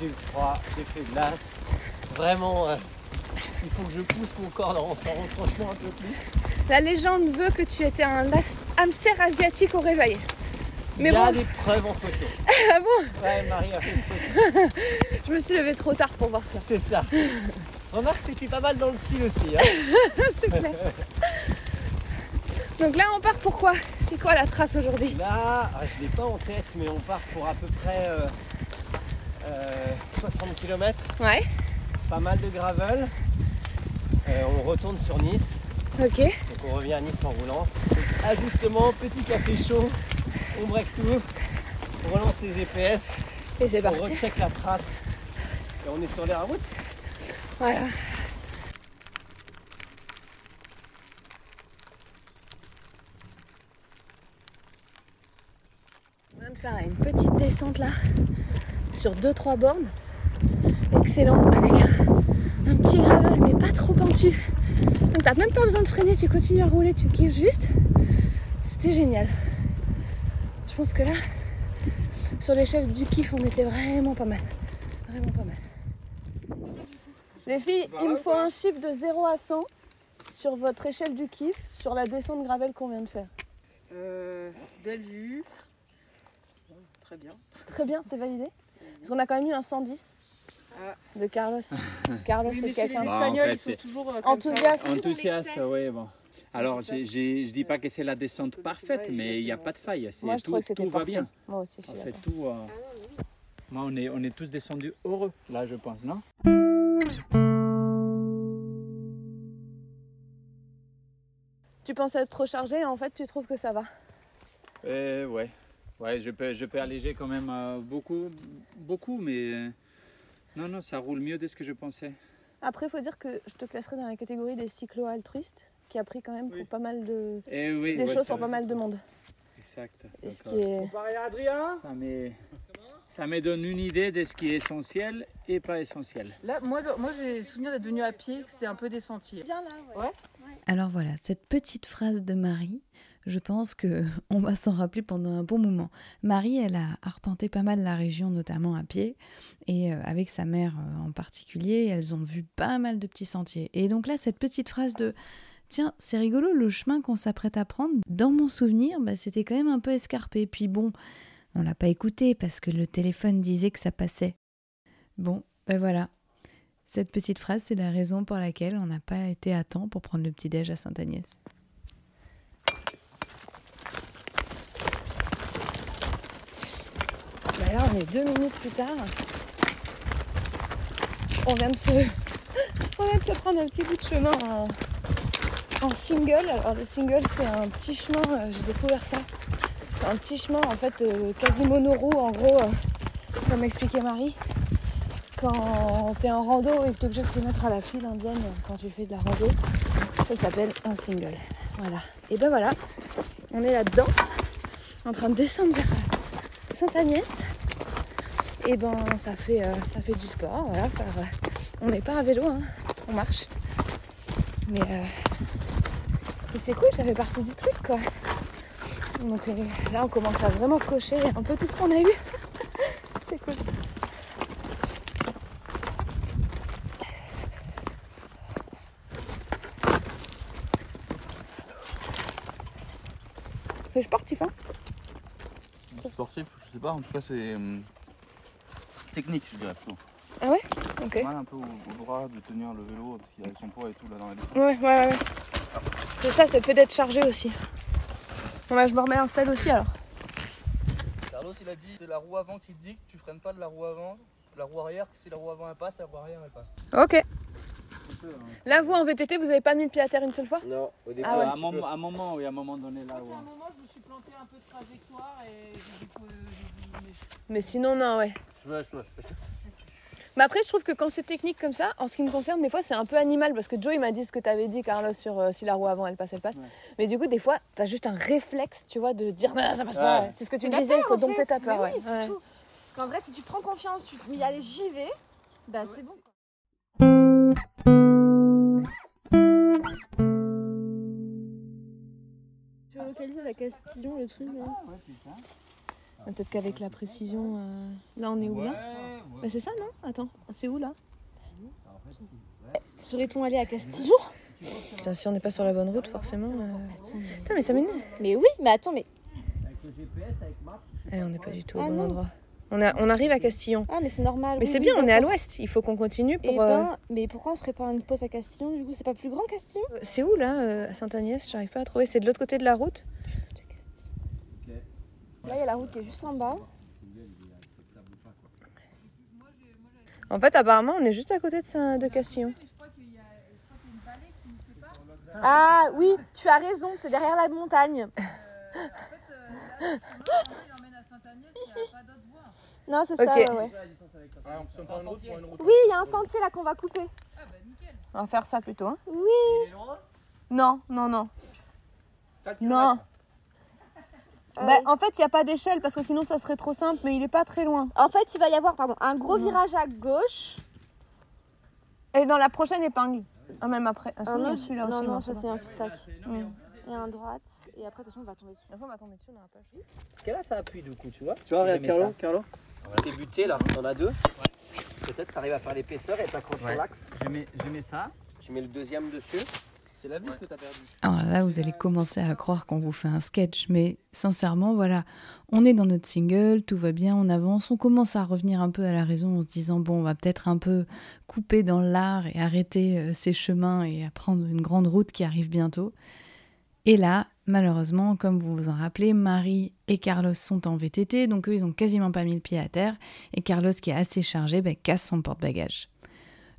[SPEAKER 12] J'ai eu froid, j'ai fait de l'asthme. Vraiment, euh, il faut que je pousse mon corps dans ça rentre franchement un peu plus.
[SPEAKER 3] La légende veut que tu étais un as- hamster asiatique au réveil. Mais
[SPEAKER 12] il y a
[SPEAKER 3] bon,
[SPEAKER 12] des preuves en photo.
[SPEAKER 3] ah bon
[SPEAKER 12] Ouais, Marie a fait une photo.
[SPEAKER 3] je me suis levée trop tard pour voir ça.
[SPEAKER 12] C'est ça. Remarque, t'étais pas mal dans le style aussi. Hein.
[SPEAKER 3] C'est clair. Donc là, on part pour quoi C'est quoi la trace aujourd'hui
[SPEAKER 12] Là, ah, je l'ai pas en tête, mais on part pour à peu près euh, euh, 60 km.
[SPEAKER 3] Ouais.
[SPEAKER 12] Pas mal de gravel. Euh, on retourne sur Nice.
[SPEAKER 3] Ok.
[SPEAKER 12] Donc on revient à Nice en roulant. Donc, Ajustement, petit café chaud, on break tout, on relance les GPS,
[SPEAKER 3] Et c'est
[SPEAKER 12] on
[SPEAKER 3] parti.
[SPEAKER 12] recheck la trace et on est sur la route.
[SPEAKER 3] Voilà. On vient de faire là, une petite descente là sur 2-3 bornes. Excellent avec un, un petit gravel mais pas trop pentu. Donc t'as même pas besoin de freiner, tu continues à rouler, tu kiffes juste. C'était génial. Je pense que là, sur l'échelle du kiff, on était vraiment pas mal. Vraiment pas mal. Les filles,
[SPEAKER 5] Bah
[SPEAKER 3] il me faut un chiffre de 0 à 100 sur votre échelle du kiff, sur la descente gravel qu'on vient de faire.
[SPEAKER 5] Euh, belle vue. Très bien.
[SPEAKER 3] Très bien, c'est validé. Parce qu'on a quand même eu un 110
[SPEAKER 5] Ah.
[SPEAKER 3] de Carlos. Carlos,
[SPEAKER 5] Oui, mais
[SPEAKER 3] c'est
[SPEAKER 5] c'est
[SPEAKER 3] quelqu'un de
[SPEAKER 5] les
[SPEAKER 4] Bah, en fait,
[SPEAKER 5] Espagnols, ils sont
[SPEAKER 4] c'est-
[SPEAKER 5] toujours euh, comme ça.
[SPEAKER 3] enthousiaste.
[SPEAKER 4] Enthousiaste, oui, bon. Alors,
[SPEAKER 5] c'est ça.
[SPEAKER 4] j'ai- j'ai- je dis pas que c'est la descente parfaite, mais il n'y a pas de faille. c'est
[SPEAKER 3] Moi, je
[SPEAKER 4] tout,
[SPEAKER 3] trouvais que c'était
[SPEAKER 4] tout va
[SPEAKER 3] parfait.
[SPEAKER 4] bien.
[SPEAKER 3] Moi aussi, je suis
[SPEAKER 4] En fait,
[SPEAKER 3] d'accord.
[SPEAKER 4] tout. euh, Moi, on est, on est tous descendus heureux, là, je pense, non
[SPEAKER 3] Tu pensais être trop chargé et en fait, tu trouves que ça va.
[SPEAKER 4] Euh, ouais. Ouais, je peux, je peux alléger quand même euh, beaucoup, beaucoup, mais euh, non, non, ça roule mieux de ce que je pensais.
[SPEAKER 3] Après, faut dire que je te classerai dans la catégorie des cyclos altruistes qui a pris quand même pour pas mal de.
[SPEAKER 4] Eh oui,
[SPEAKER 3] des
[SPEAKER 4] ouais,
[SPEAKER 3] choses
[SPEAKER 4] ça-
[SPEAKER 3] pour pas mal de monde.
[SPEAKER 4] Exact.
[SPEAKER 3] Et ce
[SPEAKER 4] Donc,
[SPEAKER 3] qui
[SPEAKER 4] euh,
[SPEAKER 3] est.
[SPEAKER 12] Comparé à Adrien
[SPEAKER 4] ça me, ça me donne une idée de ce qui est essentiel et pas essentiel.
[SPEAKER 5] Là, moi, dans- moi j'ai souvenir d'être venu à pied, que c'était un peu des sentiers. Bien là, ouais.
[SPEAKER 1] Alors voilà, cette petite phrase de Marie, je pense que on va s'en rappeler pendant un bon moment. Marie, elle a arpenté pas mal la région, notamment à pied, et euh, avec sa mère euh, en particulier, elles ont vu pas mal de petits sentiers. Et donc là, cette petite phrase de Tiens, c'est rigolo, le chemin qu'on s'apprête à prendre, dans mon souvenir, bah, c'était quand même un peu escarpé. Puis bon, on l'a pas écouté parce que le téléphone disait que ça passait. Bon, ben voilà, cette petite phrase, c'est la raison pour laquelle on n'a pas été à temps pour prendre le petit-déj à Sainte-Agnès.
[SPEAKER 3] Bah là, on est deux minutes plus tard. On vient de se, on vient de se prendre un petit bout de chemin en, en single. Alors, le single, c'est un petit chemin, euh, j'ai découvert ça. C'est un petit chemin, en fait, euh, quasi monoroue, en gros, euh, comme expliquait Marie. Quand t'es en rando et que t'es obligé de te mettre à la file indienne euh, quand tu fais de la rando, ça s'appelle un single. Voilà. Et ben voilà, on est là-dedans, en train de descendre vers Sainte-Agnès. Et ben ça fait, euh, ça fait du sport, voilà, faire, euh, on n'est pas à vélo, hein, on marche. Mais, euh, mais c'est cool, ça fait partie du truc quoi. Donc euh, là on commence à vraiment cocher un peu tout ce qu'on a eu. c'est cool. C'est sportif hein
[SPEAKER 8] Sportif, je sais pas, en tout cas c'est hum, technique je dirais plutôt.
[SPEAKER 3] Ah ouais Ok.
[SPEAKER 8] Mal un peu au, au bras de tenir le vélo parce qu'il y a son poids et tout là dans la descente.
[SPEAKER 3] Ouais, ouais, ouais. C'est ça, c'est le fait d'être chargé aussi. Bon bah je me remets un sel aussi alors.
[SPEAKER 8] Carlos il a dit c'est la roue avant qui dit que tu freines pas de la roue avant, la roue arrière, que si la roue avant elle passe, la roue arrière elle passe.
[SPEAKER 3] Ok. Là vous en VTT vous avez pas mis le pied à terre une seule fois
[SPEAKER 12] Non, au début,
[SPEAKER 3] Ah ouais.
[SPEAKER 12] un
[SPEAKER 4] à, un
[SPEAKER 12] petit
[SPEAKER 4] moment,
[SPEAKER 12] peu.
[SPEAKER 4] à un moment, oui, à un moment donné, là, ouais.
[SPEAKER 5] moment, je me suis planté un peu de trajectoire et j'ai
[SPEAKER 3] Mais sinon non ouais.
[SPEAKER 12] Je veux, je veux.
[SPEAKER 3] Mais après je trouve que quand c'est technique comme ça, en ce qui me concerne, des fois c'est un peu animal parce que Joe il m'a dit ce que t'avais dit Carlos sur euh, si la roue avant elle passe elle passe. Mais du coup des fois t'as juste un réflexe tu vois de dire non, non, ça passe pas.
[SPEAKER 12] Ouais.
[SPEAKER 3] C'est ce que tu
[SPEAKER 7] C'est la
[SPEAKER 3] disais, il
[SPEAKER 7] peur,
[SPEAKER 3] faut
[SPEAKER 7] en
[SPEAKER 3] dompter
[SPEAKER 7] fait.
[SPEAKER 3] ta peur.
[SPEAKER 7] Mais oui,
[SPEAKER 3] ouais.
[SPEAKER 7] c'est
[SPEAKER 3] Ouais.
[SPEAKER 7] tout. Parce qu'en vrai, si tu prends confiance, tu te dis allez, j'y vais, bah c'est bon.
[SPEAKER 3] Je vais localiser la Castillon, le truc. là. Ah, Peut-être qu'avec la précision, euh, là on est où là Bah, C'est ça non Attends, c'est où là
[SPEAKER 7] Eh, Serait-on allé à Castillon
[SPEAKER 3] Putain, si on n'est pas sur la bonne route, forcément. euh, Putain, mais ça m'énerve.
[SPEAKER 7] Mais oui, mais attends, mais.
[SPEAKER 3] Eh, on n'est pas du tout au
[SPEAKER 7] Ah,
[SPEAKER 3] bon
[SPEAKER 7] non.
[SPEAKER 3] endroit. On, a- on arrive à Castillon.
[SPEAKER 7] Ah, mais c'est normal.
[SPEAKER 3] Mais
[SPEAKER 7] oui,
[SPEAKER 3] c'est
[SPEAKER 7] oui,
[SPEAKER 3] bien, on est à
[SPEAKER 7] d'accord.
[SPEAKER 3] l'ouest. Il faut qu'on continue pour.
[SPEAKER 7] Eh
[SPEAKER 3] euh,
[SPEAKER 7] ben, mais pourquoi on ferait pas une pause à Castillon Du coup, c'est pas plus grand Castillon
[SPEAKER 3] C'est où là, euh, à Sainte-Agnès J'arrive pas à trouver. C'est de l'autre côté de la route
[SPEAKER 7] Là, il y a la route qui est juste en bas.
[SPEAKER 3] En fait, apparemment, on est juste à côté de, Saint- de Castillon.
[SPEAKER 7] Ah oui, tu as raison, c'est derrière la montagne. Non, c'est ça,
[SPEAKER 3] Ok.
[SPEAKER 7] ouais, ouais.
[SPEAKER 8] Oui,
[SPEAKER 7] il y a un sentier là qu'on va couper.
[SPEAKER 3] On va faire ça plutôt. hein.
[SPEAKER 7] Oui.
[SPEAKER 3] Non, non, non. Non.
[SPEAKER 7] Euh.
[SPEAKER 3] Bah, en fait, il n'y a pas d'échelle parce que sinon ça serait trop simple, mais il est pas très loin.
[SPEAKER 7] En fait, il va y avoir pardon, un gros
[SPEAKER 3] Non.
[SPEAKER 7] virage à gauche.
[SPEAKER 3] Et dans la prochaine épingle. Ah, même après. Ah,
[SPEAKER 7] Un
[SPEAKER 3] sinon, il y a
[SPEAKER 7] autre-
[SPEAKER 3] celui-là
[SPEAKER 7] non,
[SPEAKER 3] aussi.
[SPEAKER 7] non,
[SPEAKER 3] bon,
[SPEAKER 7] ça,
[SPEAKER 3] va.
[SPEAKER 7] c'est un cul-de-sac.
[SPEAKER 3] Mm.
[SPEAKER 7] Et un droite. Et après, de toute façon, on va tomber dessus. De toute
[SPEAKER 3] façon, on va tomber dessus, on n'aura pas le
[SPEAKER 12] Parce que là, ça appuie du coup, tu vois.
[SPEAKER 6] Tu vois,
[SPEAKER 12] J'ai
[SPEAKER 6] regarde,
[SPEAKER 12] mis
[SPEAKER 6] Carlo,
[SPEAKER 12] ça.
[SPEAKER 6] Carlo. T'es buté là, t'en as deux. Peut-être t'arrives à faire l'épaisseur et t'accroches sur
[SPEAKER 12] Ouais.
[SPEAKER 6] l'axe.
[SPEAKER 12] Je mets, je mets ça.
[SPEAKER 6] Tu mets le deuxième dessus. C'est la vis que t'as perdue.
[SPEAKER 1] Alors là, vous allez commencer à croire qu'on vous fait un sketch, mais sincèrement, voilà, on est dans notre single, tout va bien, on avance, on commence à revenir un peu à la raison en se disant, bon, on va peut-être un peu couper dans l'art et arrêter euh, ces chemins et apprendre une grande route qui arrive bientôt. Et là, malheureusement, comme vous vous en rappelez, Marie et Carlos sont en VTT, donc eux, ils ont quasiment pas mis le pied à terre, et Carlos, qui est assez chargé, ben, casse son porte-bagages.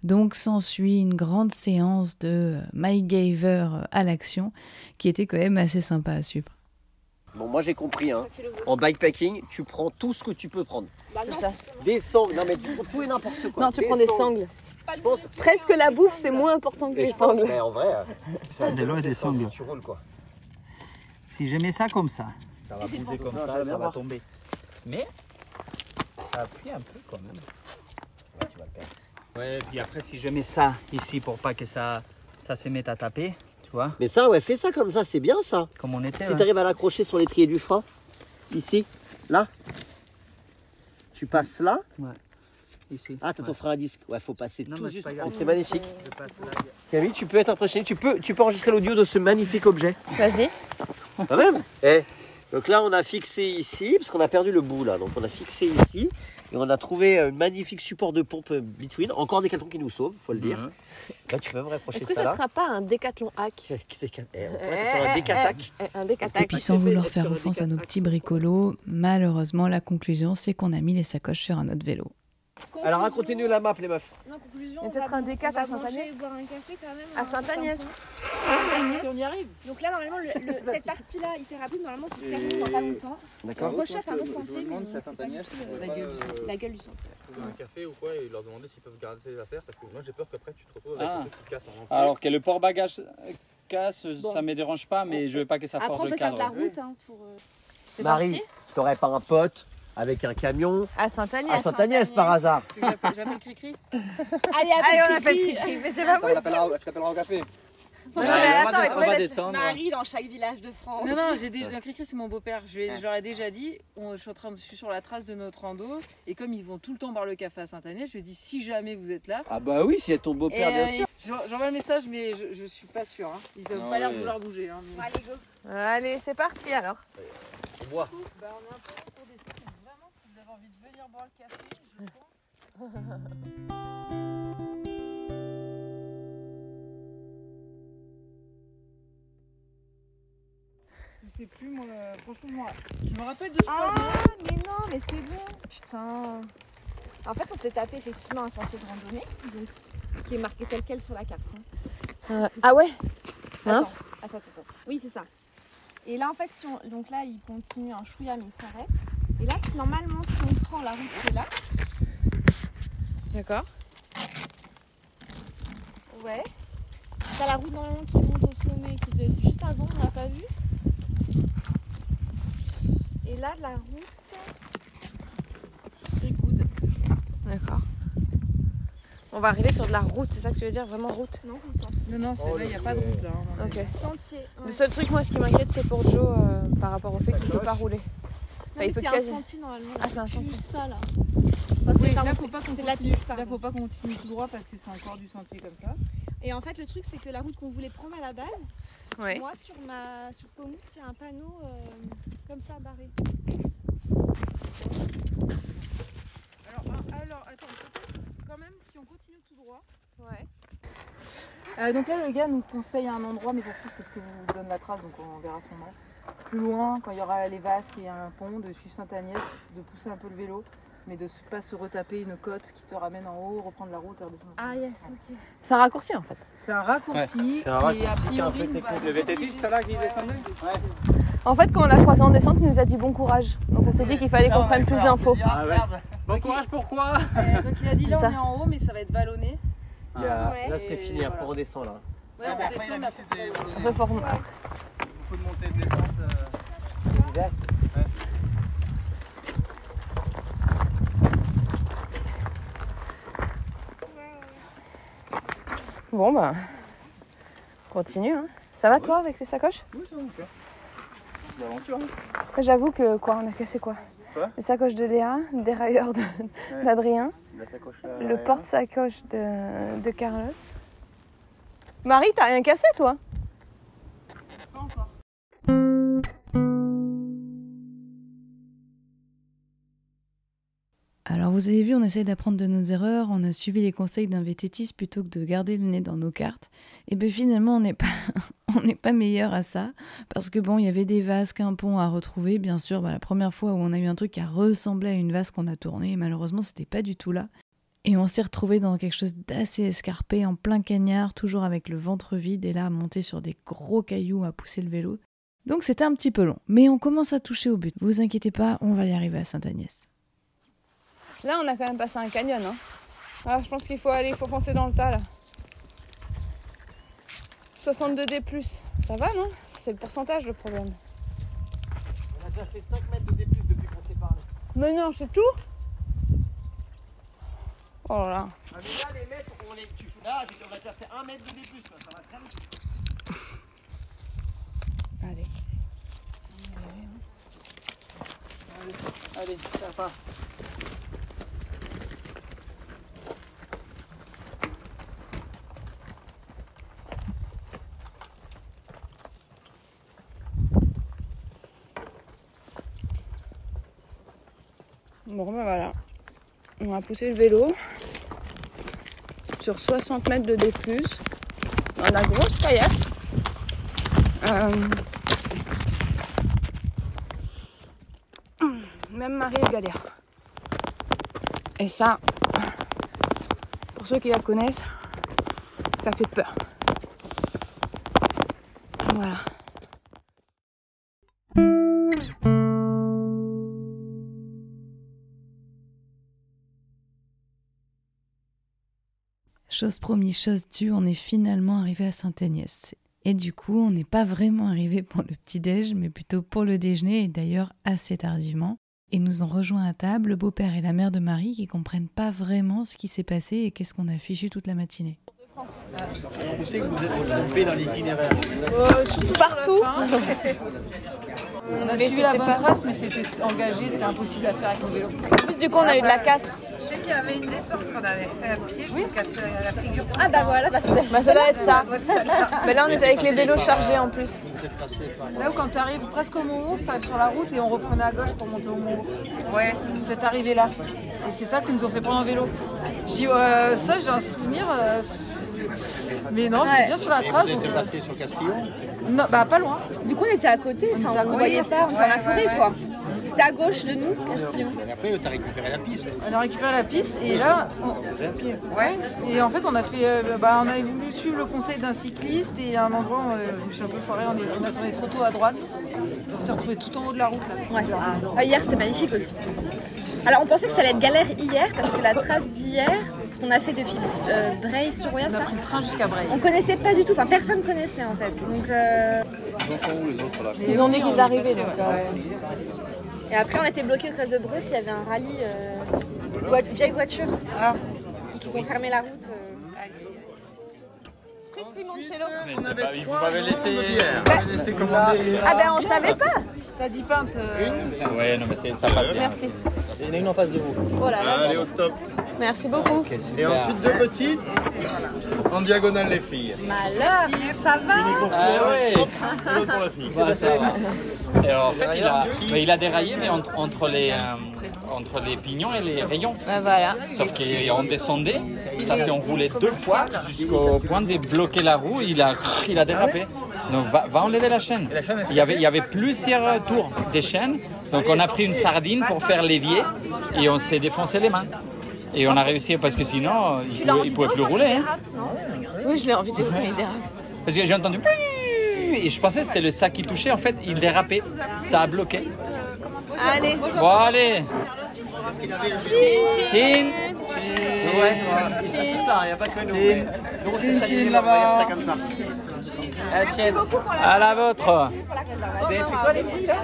[SPEAKER 1] Donc s'ensuit une grande séance de euh, MyGaver à l'action, qui était quand même assez sympa à suivre.
[SPEAKER 6] Bon, moi j'ai compris. Hein. En bikepacking, tu prends tout ce que tu peux prendre.
[SPEAKER 3] C'est ça.
[SPEAKER 6] Des sangles, non mais tu prends tout et n'importe quoi.
[SPEAKER 3] Non, tu prends des sangles. Presque la bouffe, c'est moins important que
[SPEAKER 6] Et
[SPEAKER 3] les
[SPEAKER 6] je pense,
[SPEAKER 3] sangles.
[SPEAKER 6] mais en vrai, euh, ça,
[SPEAKER 12] De l'eau et des sangles.
[SPEAKER 6] Tu roules quoi.
[SPEAKER 12] Si je mets ça comme ça,
[SPEAKER 6] Ça va
[SPEAKER 12] bouger comme
[SPEAKER 6] Non,
[SPEAKER 12] ça,
[SPEAKER 6] je vais
[SPEAKER 12] ça va
[SPEAKER 6] voir.
[SPEAKER 12] tomber. Mais ça appuie un peu quand même.
[SPEAKER 6] Ouais, tu vas le perdre.
[SPEAKER 12] Ouais, puis après, si je mets ça ici pour pas que ça, ça se mette à taper, tu vois.
[SPEAKER 6] Mais ça, ouais, fais ça comme ça, c'est bien ça.
[SPEAKER 12] Comme on était.
[SPEAKER 6] Si
[SPEAKER 12] ouais.
[SPEAKER 6] t'arrives à l'accrocher sur l'étrier du frein, ici, là, tu passes là.
[SPEAKER 12] Ouais. Ici.
[SPEAKER 6] Ah, t'as ton
[SPEAKER 12] Ouais.
[SPEAKER 6] frein à disque. Ouais, faut passer
[SPEAKER 12] Non,
[SPEAKER 6] tout
[SPEAKER 12] mais c'est
[SPEAKER 6] juste.
[SPEAKER 12] pas grave.
[SPEAKER 6] C'est magnifique.
[SPEAKER 12] Je passe là.
[SPEAKER 6] Camille, tu peux être impressionné. Tu peux, tu peux enregistrer l'audio de ce magnifique objet.
[SPEAKER 3] Vas-y.
[SPEAKER 6] Quand même. Eh. Donc là, on a fixé ici, parce qu'on a perdu le bout là. Donc on a fixé ici et on a trouvé un magnifique support de pompe euh, between. Encore des cartons qui nous sauvent, faut le dire. Là, tu peux me rapprocher
[SPEAKER 3] Est-ce que
[SPEAKER 6] ça.
[SPEAKER 3] ça
[SPEAKER 6] là.
[SPEAKER 3] sera pas un décathlon hack eh,
[SPEAKER 6] Décat- eh, on pourrait être sur un décatac.
[SPEAKER 3] Un
[SPEAKER 1] Et puis sans vouloir faire offense à nos petits bricolos, malheureusement la conclusion c'est qu'on a mis les sacoches sur un autre vélo.
[SPEAKER 6] Alors racontez-nous la map, les meufs.
[SPEAKER 7] conclusion,
[SPEAKER 3] Il y a peut-être un décat à Saint-Agnès.
[SPEAKER 7] boire un café quand même.
[SPEAKER 3] À
[SPEAKER 7] hein,
[SPEAKER 3] Sainte-Agnès.
[SPEAKER 7] Saint-Agnès.
[SPEAKER 3] Si on y arrive.
[SPEAKER 7] Donc là, normalement, le- le- cette partie-là hyper rapide, normalement, se termine dans pas longtemps.
[SPEAKER 6] D'accord.
[SPEAKER 7] On rechoppe un autre
[SPEAKER 8] Je me
[SPEAKER 7] sentier, mais
[SPEAKER 8] demande si à
[SPEAKER 7] c'est pas du
[SPEAKER 8] Saint-Agnès,
[SPEAKER 7] tout,
[SPEAKER 8] on
[SPEAKER 7] euh,
[SPEAKER 8] pourrait pas, euh,
[SPEAKER 7] La gueule du sentier.
[SPEAKER 8] trouver un café ou quoi et leur demander s'ils peuvent garder les affaires parce que moi j'ai peur qu'après tu te retrouves avec
[SPEAKER 4] Ah.
[SPEAKER 8] un truc qui casse en entier.
[SPEAKER 4] Alors que le port-bagages euh, casse,
[SPEAKER 8] Bon.
[SPEAKER 4] ça me dérange pas, mais je veux pas que ça force le cadre.
[SPEAKER 7] hein, pour...
[SPEAKER 3] C'est
[SPEAKER 6] Marie,
[SPEAKER 3] parti
[SPEAKER 6] t'aurais pas un pote avec un camion
[SPEAKER 3] À
[SPEAKER 7] Ah,
[SPEAKER 3] Saint-Agnès.
[SPEAKER 6] à Saint-Agnès par hasard
[SPEAKER 3] J'appelle Cricri.
[SPEAKER 7] Allez,
[SPEAKER 3] Allez, on appelle Cricri. Mais c'est pas
[SPEAKER 8] Attends, on
[SPEAKER 3] possible.
[SPEAKER 8] l'appellera- je t'appellerai au café.
[SPEAKER 4] Non,
[SPEAKER 8] Ouais, on
[SPEAKER 4] mais
[SPEAKER 8] va
[SPEAKER 4] attends,
[SPEAKER 8] descendre,
[SPEAKER 4] on va descendre.
[SPEAKER 7] Marie dans chaque village de France.
[SPEAKER 5] Non, non, j'ai déjà écrit, c'est mon beau-père. Je, lui ai- je leur ai déjà dit, on- je, suis en train de- je suis sur la trace de notre rando, et comme ils vont tout le temps boire le café à Saint-Agnès, je lui ai dit si jamais vous êtes là.
[SPEAKER 6] Ah bah oui, c'est ton
[SPEAKER 5] Et,
[SPEAKER 6] beau-père, bien
[SPEAKER 5] euh,
[SPEAKER 6] sûr.
[SPEAKER 5] ils- j'en- J'envoie le message, mais je, je suis pas sûre. hein. Ils ont
[SPEAKER 6] Ah
[SPEAKER 5] pas l'air
[SPEAKER 6] ouais.
[SPEAKER 5] de vouloir bouger. hein, mais-
[SPEAKER 3] Allez, c'est parti alors.
[SPEAKER 6] On boit.
[SPEAKER 5] Bah, on est un peu au cours des saisons, donc vraiment, si vous avez envie de venir boire le café, je pense. Je sais plus, moi, euh, franchement, moi, je me rappelle de ce
[SPEAKER 7] Ah,
[SPEAKER 5] moment.
[SPEAKER 7] mais non, mais c'est bon. Putain. En fait, on s'est tapé effectivement un sentier de randonnée donc, qui est marqué tel quel sur la carte. hein.
[SPEAKER 3] ah ouais
[SPEAKER 7] Attends,
[SPEAKER 3] Mince.
[SPEAKER 7] Attends, attends, attends. Oui, c'est ça. Et là, en fait, si on- donc là, il continue un chouïa, mais il s'arrête. Et là, si normalement, si on prend la route qui est là,
[SPEAKER 3] D'accord.
[SPEAKER 7] ouais. T'as la route normalement qui monte au sommet, qui était juste avant, on l'a pas vu. Et là, de la route. Et
[SPEAKER 3] On va arriver sur de la route, c'est ça que tu veux dire Vraiment route
[SPEAKER 7] Non, c'est une sentier.
[SPEAKER 5] Non, non,
[SPEAKER 6] Oh,
[SPEAKER 5] c'est là, il n'y a pas de route là. hein.
[SPEAKER 3] Ok.
[SPEAKER 7] Sentier. ouais.
[SPEAKER 3] Le seul truc, moi, ce qui m'inquiète, c'est pour Joe euh, par rapport au fait qu'il peut
[SPEAKER 7] cloche.
[SPEAKER 3] pas rouler.
[SPEAKER 7] Non, mais
[SPEAKER 3] il peut
[SPEAKER 7] c'est un
[SPEAKER 3] quasi-
[SPEAKER 7] sentier normalement.
[SPEAKER 3] Ah, c'est un
[SPEAKER 7] C'est
[SPEAKER 3] sentier.
[SPEAKER 7] juste ça là. Enfin, c'est
[SPEAKER 5] Oui,
[SPEAKER 7] pardon,
[SPEAKER 5] là,
[SPEAKER 7] c'est-
[SPEAKER 5] faut pas qu'on
[SPEAKER 7] c'est de la
[SPEAKER 5] continue-
[SPEAKER 7] piste,
[SPEAKER 5] là,
[SPEAKER 7] pardon.
[SPEAKER 5] faut pas qu'on continue tout droit parce que c'est encore du sentier comme ça.
[SPEAKER 7] Et en fait, le truc, c'est que la route qu'on voulait prendre à la base,
[SPEAKER 3] Ouais.
[SPEAKER 7] moi sur ma sur Komoot, il y a un panneau euh, comme ça barré.
[SPEAKER 5] Alors, ah, alors, attends, quand même, si on continue tout droit.
[SPEAKER 3] Ouais.
[SPEAKER 5] Euh, donc là, le gars nous conseille un endroit, mais ça se trouve, c'est ce que vous donne la trace, donc on verra à ce moment. Plus loin, quand il y aura les vasques et un pont, de suivre Sainte-Agnès, de pousser un peu le vélo, mais de ne pas se retaper une côte qui te ramène en haut, reprendre la route et redescendre.
[SPEAKER 7] Ah yes, ok.
[SPEAKER 3] C'est un raccourci en fait.
[SPEAKER 5] C'est un raccourci
[SPEAKER 3] C'est un raccourci
[SPEAKER 5] qui,
[SPEAKER 3] qui est
[SPEAKER 5] a
[SPEAKER 3] un peu
[SPEAKER 5] priori, nous va-
[SPEAKER 4] Le VTPiste là qui descendait
[SPEAKER 3] En fait, quand on l'a croisé en descente, il nous a dit bon courage. Donc on s'est dit qu'il fallait qu'on prenne plus d'infos.
[SPEAKER 4] Ah ouais. Bon courage pourquoi
[SPEAKER 5] Euh, donc il a dit là,
[SPEAKER 3] Ça.
[SPEAKER 5] on est en haut, mais ça va être vallonné.
[SPEAKER 6] Ah,
[SPEAKER 12] Là,
[SPEAKER 5] Ouais.
[SPEAKER 12] là, c'est fini,
[SPEAKER 5] Et
[SPEAKER 12] après
[SPEAKER 5] voilà.
[SPEAKER 12] on redescend là.
[SPEAKER 5] Ouais, on descend, mais Ah, bah, après, c'est vallonné.
[SPEAKER 3] Reforme.
[SPEAKER 8] Beaucoup de montée de descente.
[SPEAKER 4] euh,
[SPEAKER 3] Bon bah, continue. hein. Ça va toi avec les sacoches
[SPEAKER 4] Oui, ça va faire. C'est l'aventure.
[SPEAKER 3] J'avoue que quoi, on a cassé quoi
[SPEAKER 4] Quoi
[SPEAKER 3] Les sacoches de Léa, le dérailleur de- d'Adrien,
[SPEAKER 4] La sacoche.
[SPEAKER 3] le porte-sacoche de, de Carlos. Marie, t'as rien cassé toi
[SPEAKER 5] Pas encore.
[SPEAKER 1] Alors vous avez vu, on essaie d'apprendre de nos erreurs, on a suivi les conseils d'un vététiste plutôt que de garder le nez dans nos cartes. Et bien finalement, on n'est pas, on n'est pas meilleur à ça, parce que bon, il y avait des vasques, un pont à retrouver, bien sûr, bah, la première fois où on a eu un truc qui a ressemblé à une vase qu'on a tournée, et malheureusement, c'était pas du tout là. Et on s'est retrouvé dans quelque chose d'assez escarpé, en plein cagnard, toujours avec le ventre vide, et là, à monter sur des gros cailloux, à pousser le vélo. Donc c'était un petit peu long, mais on commence à toucher au but. Vous inquiétez pas, on va y arriver à Sainte-Agnès.
[SPEAKER 3] Là, on a quand même passé un canyon. Hein. Ah, je pense qu'il faut aller, il faut foncer dans le tas là. 62D+, ça va non C'est le pourcentage le problème.
[SPEAKER 12] On a déjà fait 5 mètres de déplus depuis qu'on s'est parlé.
[SPEAKER 3] Mais non, c'est tout Oh là là.
[SPEAKER 12] Ah, mais là, les mètres, on les. Tu... Là, on a déjà fait 1 mètre de déplus, quoi. ça va très vite.
[SPEAKER 3] Allez.
[SPEAKER 12] Allez, ça part.
[SPEAKER 3] Bon, ben voilà. On a poussé le vélo sur 60 mètres de D, dans la grosse caillasse. Euh, Même Marie est galère. Et ça, pour ceux qui la connaissent, ça fait peur. Voilà.
[SPEAKER 1] Chose promise, chose due, on est finalement arrivé à Sainte-Agnès. Et du coup, on n'est pas vraiment arrivé pour le petit-déj, mais plutôt pour le déjeuner, et d'ailleurs assez tardivement. Et nous ont rejoint à table le beau-père et la mère de Marie qui comprennent pas vraiment ce qui s'est passé et qu'est-ce qu'on a fichu toute la matinée.
[SPEAKER 10] On sait que vous êtes coupé dans l'itinéraire.
[SPEAKER 3] Partout
[SPEAKER 5] On a
[SPEAKER 3] Mais
[SPEAKER 5] suivi la
[SPEAKER 3] c'était
[SPEAKER 5] bonne
[SPEAKER 3] pas-
[SPEAKER 5] trace, mais c'était engagé, c'était impossible à faire avec mon vélo.
[SPEAKER 3] En plus, du coup, on a eu de la casse.
[SPEAKER 13] Je sais qu'il y avait une descente qu'on avait fait à pied, oui. cassé la figure.
[SPEAKER 3] Ah bah voilà, bah, ça doit être ça. Mais là, on était avec les vélos chargés en plus.
[SPEAKER 5] Là où quand tu arrives presque au Mont Ours, tu arrives sur la route et on reprenait à gauche pour monter au Mont Ours. Ouais. Cette arrivée là. Et c'est ça que nous ont fait prendre en vélo. J'ai euh, ça j'ai un souvenir. euh, mais non, c'était bien sur la trace. donc, euh,
[SPEAKER 10] sur Castillon
[SPEAKER 5] non, bah pas loin.
[SPEAKER 7] Du coup, on était à côté, enfin, on voyait pas, on était dans la forêt quoi. C'était à gauche de nous,
[SPEAKER 3] hein.
[SPEAKER 7] Castillon.
[SPEAKER 10] Et après, t'as récupéré la piste.
[SPEAKER 5] On a récupéré la piste et là, on... ouais. Et en fait, on a fait, euh, bah, on avait voulu suivre le conseil d'un cycliste et à un endroit, on, euh, je me suis un peu foiré, on, est- on a tourné trop tôt à droite. On s'est retrouvé tout en haut de la route. Là.
[SPEAKER 7] Ah, hier, c'était magnifique aussi. Alors, on pensait que ça allait être galère hier parce que la trace d'hier, ce qu'on a fait depuis euh, Breil sur Roya,
[SPEAKER 5] On a pris le train jusqu'à Breil.
[SPEAKER 7] on connaissait pas du tout, enfin personne connaissait en fait. Donc, euh,
[SPEAKER 3] Ils ont dit
[SPEAKER 7] on
[SPEAKER 3] qu'ils
[SPEAKER 7] est
[SPEAKER 3] arrivaient.
[SPEAKER 7] passé,
[SPEAKER 3] donc,
[SPEAKER 7] ouais.
[SPEAKER 3] euh, Ah.
[SPEAKER 7] Et après, on était bloqué au col de Breuil, il y avait un rallye, euh, voit- vieille voiture.
[SPEAKER 3] qu'ils ont fermé la route. euh. Spritz limoncello. Vous m'avez laissé. Ah ben on savait pas.
[SPEAKER 14] T'as dit peinte. euh,
[SPEAKER 4] Ouais, non, mais c'est- ça passe bien.
[SPEAKER 14] Merci.
[SPEAKER 6] Il y en a une en face de vous.
[SPEAKER 14] Voilà, là,
[SPEAKER 15] Allez, au top.
[SPEAKER 14] Merci beaucoup.
[SPEAKER 15] Et ensuite deux petites, en diagonale les filles.
[SPEAKER 14] Malheur, ça va
[SPEAKER 15] Ah
[SPEAKER 4] ouais.
[SPEAKER 15] Hop, l'autre pour la fille.
[SPEAKER 4] Bah, ça va. Et en fait, il a, mais il a déraillé, mais entre, entre les, euh, entre les pignons et les rayons.
[SPEAKER 14] Bah voilà.
[SPEAKER 4] Sauf qu'on descendait, ça s'est enroulé deux fois jusqu'au point de bloquer la roue, il a, il a dérapé. Donc va, va enlever la chaîne. Il y, avait, il y avait plusieurs tours des chaînes, donc on a pris une sardine pour faire l'évier et on s'est défoncé les mains. Et on a réussi parce que sinon, il ne pouvait, il pouvait plus rouler. hein.
[SPEAKER 14] Oui, je l'ai envie de vous mais il dérape.
[SPEAKER 4] Parce que j'ai entendu Pling et je pensais que c'était le sac qui touchait, en fait il dérapait, ça a bloqué.
[SPEAKER 14] Allez.
[SPEAKER 4] Bon allez
[SPEAKER 14] Chin,
[SPEAKER 4] Chin.
[SPEAKER 6] Ouais, voilà. Ils sont tous là, il n'y a pas que nous. Donc,
[SPEAKER 4] Chin,
[SPEAKER 6] c'est
[SPEAKER 4] chin,
[SPEAKER 6] ça,
[SPEAKER 4] là-bas.
[SPEAKER 6] c'est comme ça. Allez, tienne.
[SPEAKER 4] À la vôtre
[SPEAKER 6] Vous avez fait quoi, les filles, là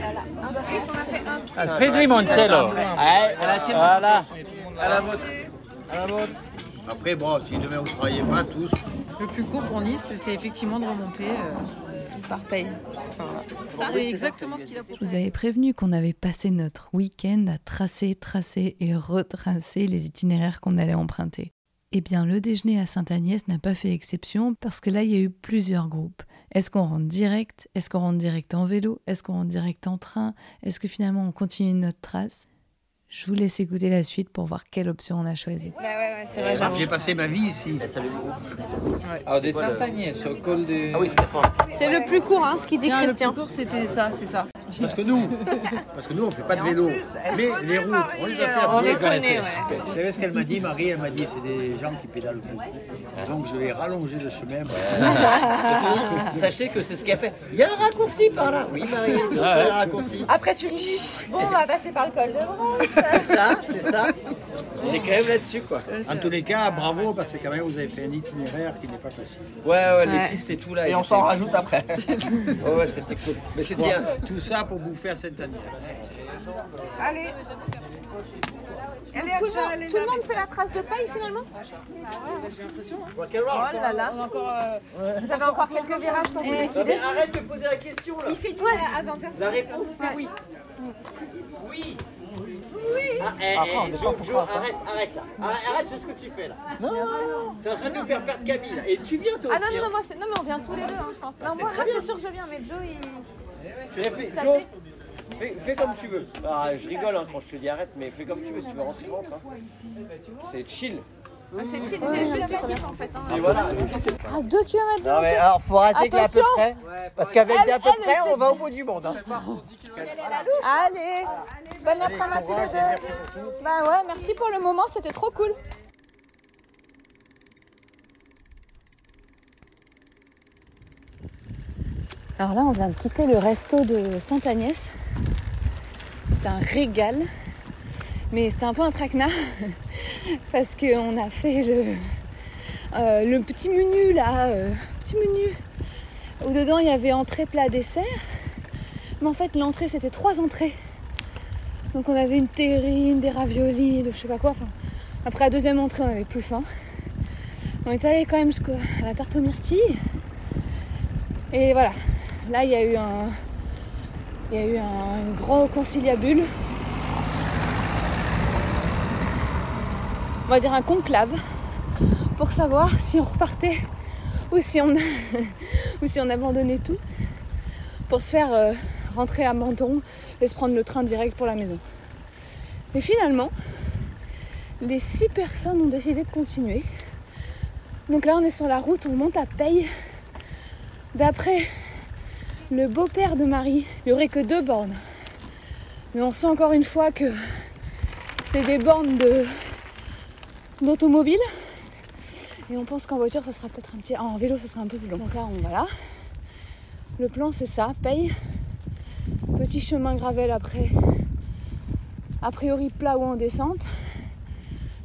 [SPEAKER 4] Spritz limoncello Allez,
[SPEAKER 6] À la tienne.
[SPEAKER 4] Voilà
[SPEAKER 6] À la vôtre.
[SPEAKER 15] À la vôtre. Après, bon, si demain vous ne travaillez pas tous,
[SPEAKER 5] Le plus court pour Nice, c'est effectivement de remonter euh, par paye. C'est exactement ce qu'il a
[SPEAKER 1] Vous
[SPEAKER 5] proposé.
[SPEAKER 1] avez prévenu qu'on avait passé notre week-end à tracer, tracer et retracer les itinéraires qu'on allait emprunter. Eh bien, le déjeuner à Sainte-Agnès n'a pas fait exception parce que là, il y a eu plusieurs groupes. Est-ce qu'on rentre direct Est-ce qu'on rentre direct en vélo Est-ce qu'on rentre direct en train Est-ce que finalement on continue notre trace Je vous laisse écouter la suite pour voir quelle option on a choisie.
[SPEAKER 14] Bah ouais, ouais, c'est vrai, j'avoue.
[SPEAKER 15] j'ai passé ma vie ici.
[SPEAKER 8] Oh,
[SPEAKER 4] Ah, des Saint-Agnès, au col de... Ah oui,
[SPEAKER 14] C'est le plus court, hein, ce qu'il dit
[SPEAKER 5] Tiens, le
[SPEAKER 14] Christian.
[SPEAKER 5] plus court, c'était ça, c'est ça.
[SPEAKER 15] Parce que nous, parce que nous, on fait pas de vélo. Mais les routes, on les a fait à
[SPEAKER 5] On
[SPEAKER 15] pied.
[SPEAKER 5] les connaît, ouais.
[SPEAKER 15] Vous savez ce qu'elle m'a dit, Marie Elle m'a dit, c'est des gens qui pédalent beaucoup. Donc je vais rallonger le chemin.
[SPEAKER 6] Sachez que c'est ce qu'elle fait. Il y a un raccourci par là. Oui, Marie, il y a un raccourci.
[SPEAKER 3] Après tu ris. Bon, on va passer par le col de Bronze.
[SPEAKER 6] C'est ça, c'est ça. On est quand même là-dessus, quoi.
[SPEAKER 15] En tous les cas, Ah, bravo, parce que quand même, vous avez fait un itinéraire qui n'est pas facile.
[SPEAKER 6] Ouais, ouais, les
[SPEAKER 15] Ouais.
[SPEAKER 6] pistes et tout là.
[SPEAKER 15] Et
[SPEAKER 6] ils
[SPEAKER 15] on s'en
[SPEAKER 6] étaient-
[SPEAKER 15] rajoute
[SPEAKER 6] après. ouais, ouais, c'était cool. Mais c'était.
[SPEAKER 15] Bon,
[SPEAKER 6] un-
[SPEAKER 15] tout ça pour bouffer à cette année.
[SPEAKER 16] Allez.
[SPEAKER 3] tout, le monde, tout le monde fait la trace de paille finalement
[SPEAKER 5] J'ai l'impression.
[SPEAKER 3] Oh là là. Vous avez encore quelques virages pour vous
[SPEAKER 6] Eh,
[SPEAKER 3] décider
[SPEAKER 6] mais arrête de poser la question là.
[SPEAKER 3] Il fait une à aventure.
[SPEAKER 6] La réponse c'est oui. Oui. Oui. Ah, eh,
[SPEAKER 15] Après,
[SPEAKER 6] eh,
[SPEAKER 15] on descend
[SPEAKER 6] Joe,
[SPEAKER 15] pour
[SPEAKER 6] Joe,
[SPEAKER 15] croire ça.
[SPEAKER 6] arrête, arrête là. Arrête, arrête, c'est ce que tu fais là. Non, T'es en train de nous faire perdre Camille là. Et tu viens toi
[SPEAKER 3] Ah
[SPEAKER 6] aussi.
[SPEAKER 3] non, non,
[SPEAKER 6] hein.
[SPEAKER 3] non, moi, c'est- non, mais on vient tous les deux, hein, je pense.
[SPEAKER 6] Ah,
[SPEAKER 3] Non,
[SPEAKER 6] c'est
[SPEAKER 3] moi,
[SPEAKER 6] très
[SPEAKER 3] moi,
[SPEAKER 6] bien.
[SPEAKER 3] c'est sûr que je viens, mais Joe, il.
[SPEAKER 6] Tu l'as fait,
[SPEAKER 3] Tapez.
[SPEAKER 6] Joe. Fais, fais comme tu veux. Ah, je rigole hein, quand je te dis arrête, mais fais comme tu veux. Si tu veux rentrer, rentre. hein. C'est chill.
[SPEAKER 3] C'est chill, c'est juste la kiff en fait. hein.
[SPEAKER 6] Et voilà.
[SPEAKER 3] Ah, 2 km
[SPEAKER 6] Non, mais alors faut rater que l'à peu
[SPEAKER 3] Attention.
[SPEAKER 6] près. Parce qu'avec
[SPEAKER 3] Elle-
[SPEAKER 6] l'à peu
[SPEAKER 3] elle,
[SPEAKER 6] près,
[SPEAKER 3] elle
[SPEAKER 6] on va au bout du monde. hein.
[SPEAKER 3] Allez, bonne après-midi à tous les deux. Bah ouais, merci pour le moment, c'était trop cool. Alors là, on vient de quitter le resto de Sainte-Agnès. C'était un régal, mais c'était un peu un traquenard parce qu'on a fait le, euh, le petit menu là, euh, petit menu où dedans il y avait entrée, plat, dessert. Mais en fait, l'entrée c'était trois entrées. Donc on avait une terrine, des raviolis, de je sais pas quoi. Enfin, après la deuxième entrée, on avait plus faim. On est allé quand même jusqu'à la tarte aux myrtilles. Et voilà, là il y a eu un. Il y a eu un, une grand conciliabule. On va dire un conclave pour savoir si on repartait ou si on, ou si on abandonnait tout pour se faire euh, rentrer à Menton et se prendre le train direct pour la maison. Mais finalement, les six personnes ont décidé de continuer. Donc là, on est sur la route, on monte à Paye. D'après le beau-père de Marie, il n'y aurait que deux bornes. Mais on sent encore une fois que c'est des bornes de- d'automobile. Et on pense qu'en voiture, ça sera peut-être un petit. En vélo, ça sera un peu plus long. Donc là, on va là. Le plan, c'est ça paye. Petit chemin gravel après. A priori, plat ou en descente.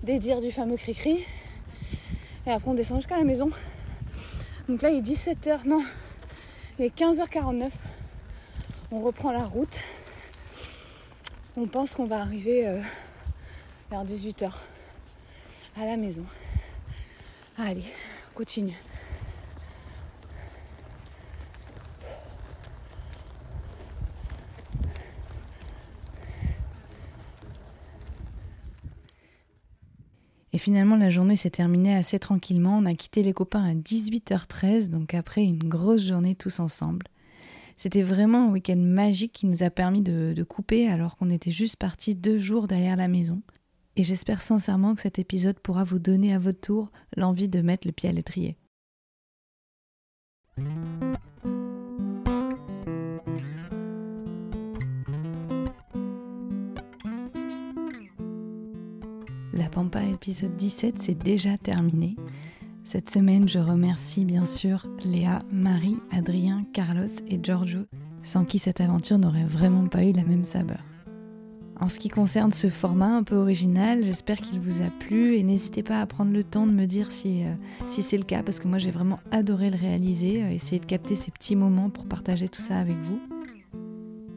[SPEAKER 3] Dédire du fameux cri-cri. Et après, on descend jusqu'à la maison. Donc là, il est 17h. Non, il est 15h49. On reprend la route. On pense qu'on va arriver euh, vers 18h à la maison.
[SPEAKER 7] Allez, on continue.
[SPEAKER 1] Et finalement, la journée s'est terminée assez tranquillement. On a quitté les copains à 18h13, donc après une grosse journée tous ensemble. C'était vraiment un week-end magique qui nous a permis de, de couper alors qu'on était juste partis deux jours derrière la maison. Et j'espère sincèrement que cet épisode pourra vous donner à votre tour l'envie de mettre le pied à l'étrier. La Pampa épisode 17, c'est déjà terminé. Cette semaine, je remercie bien sûr Léa, Marie, Adrien, Carlos et Giorgio, sans qui cette aventure n'aurait vraiment pas eu la même saveur. En ce qui concerne ce format un peu original, j'espère qu'il vous a plu et n'hésitez pas à prendre le temps de me dire si, euh, si c'est le cas parce que moi j'ai vraiment adoré le réaliser, euh, essayer de capter ces petits moments pour partager tout ça avec vous.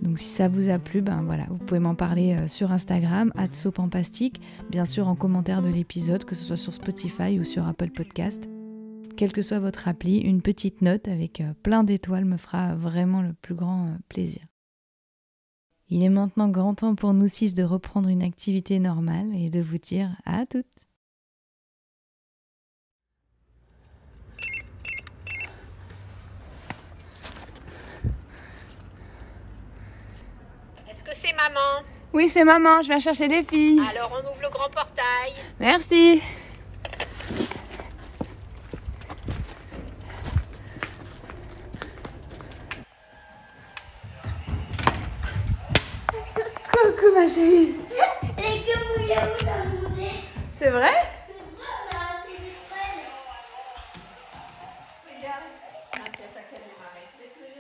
[SPEAKER 1] Donc si ça vous a plu, ben voilà, vous pouvez m'en parler euh, sur Instagram, @sopampastique, bien sûr en commentaire de l'épisode, que ce soit sur Spotify ou sur Apple Podcast. Quelle que soit votre appli, une petite note avec euh, plein d'étoiles me fera vraiment le plus grand euh, plaisir. Il est maintenant grand temps pour nous six de reprendre une activité normale et de vous dire à toutes.
[SPEAKER 17] Est-ce que c'est maman
[SPEAKER 3] Oui, c'est maman, je viens chercher les filles.
[SPEAKER 17] Alors on ouvre le grand portail.
[SPEAKER 3] Merci. Coucou ma chérie.
[SPEAKER 18] Et que vous voulez vous demander
[SPEAKER 3] C'est vrai
[SPEAKER 18] Regarde.
[SPEAKER 17] c'est ça qui a démarré. Laisse-le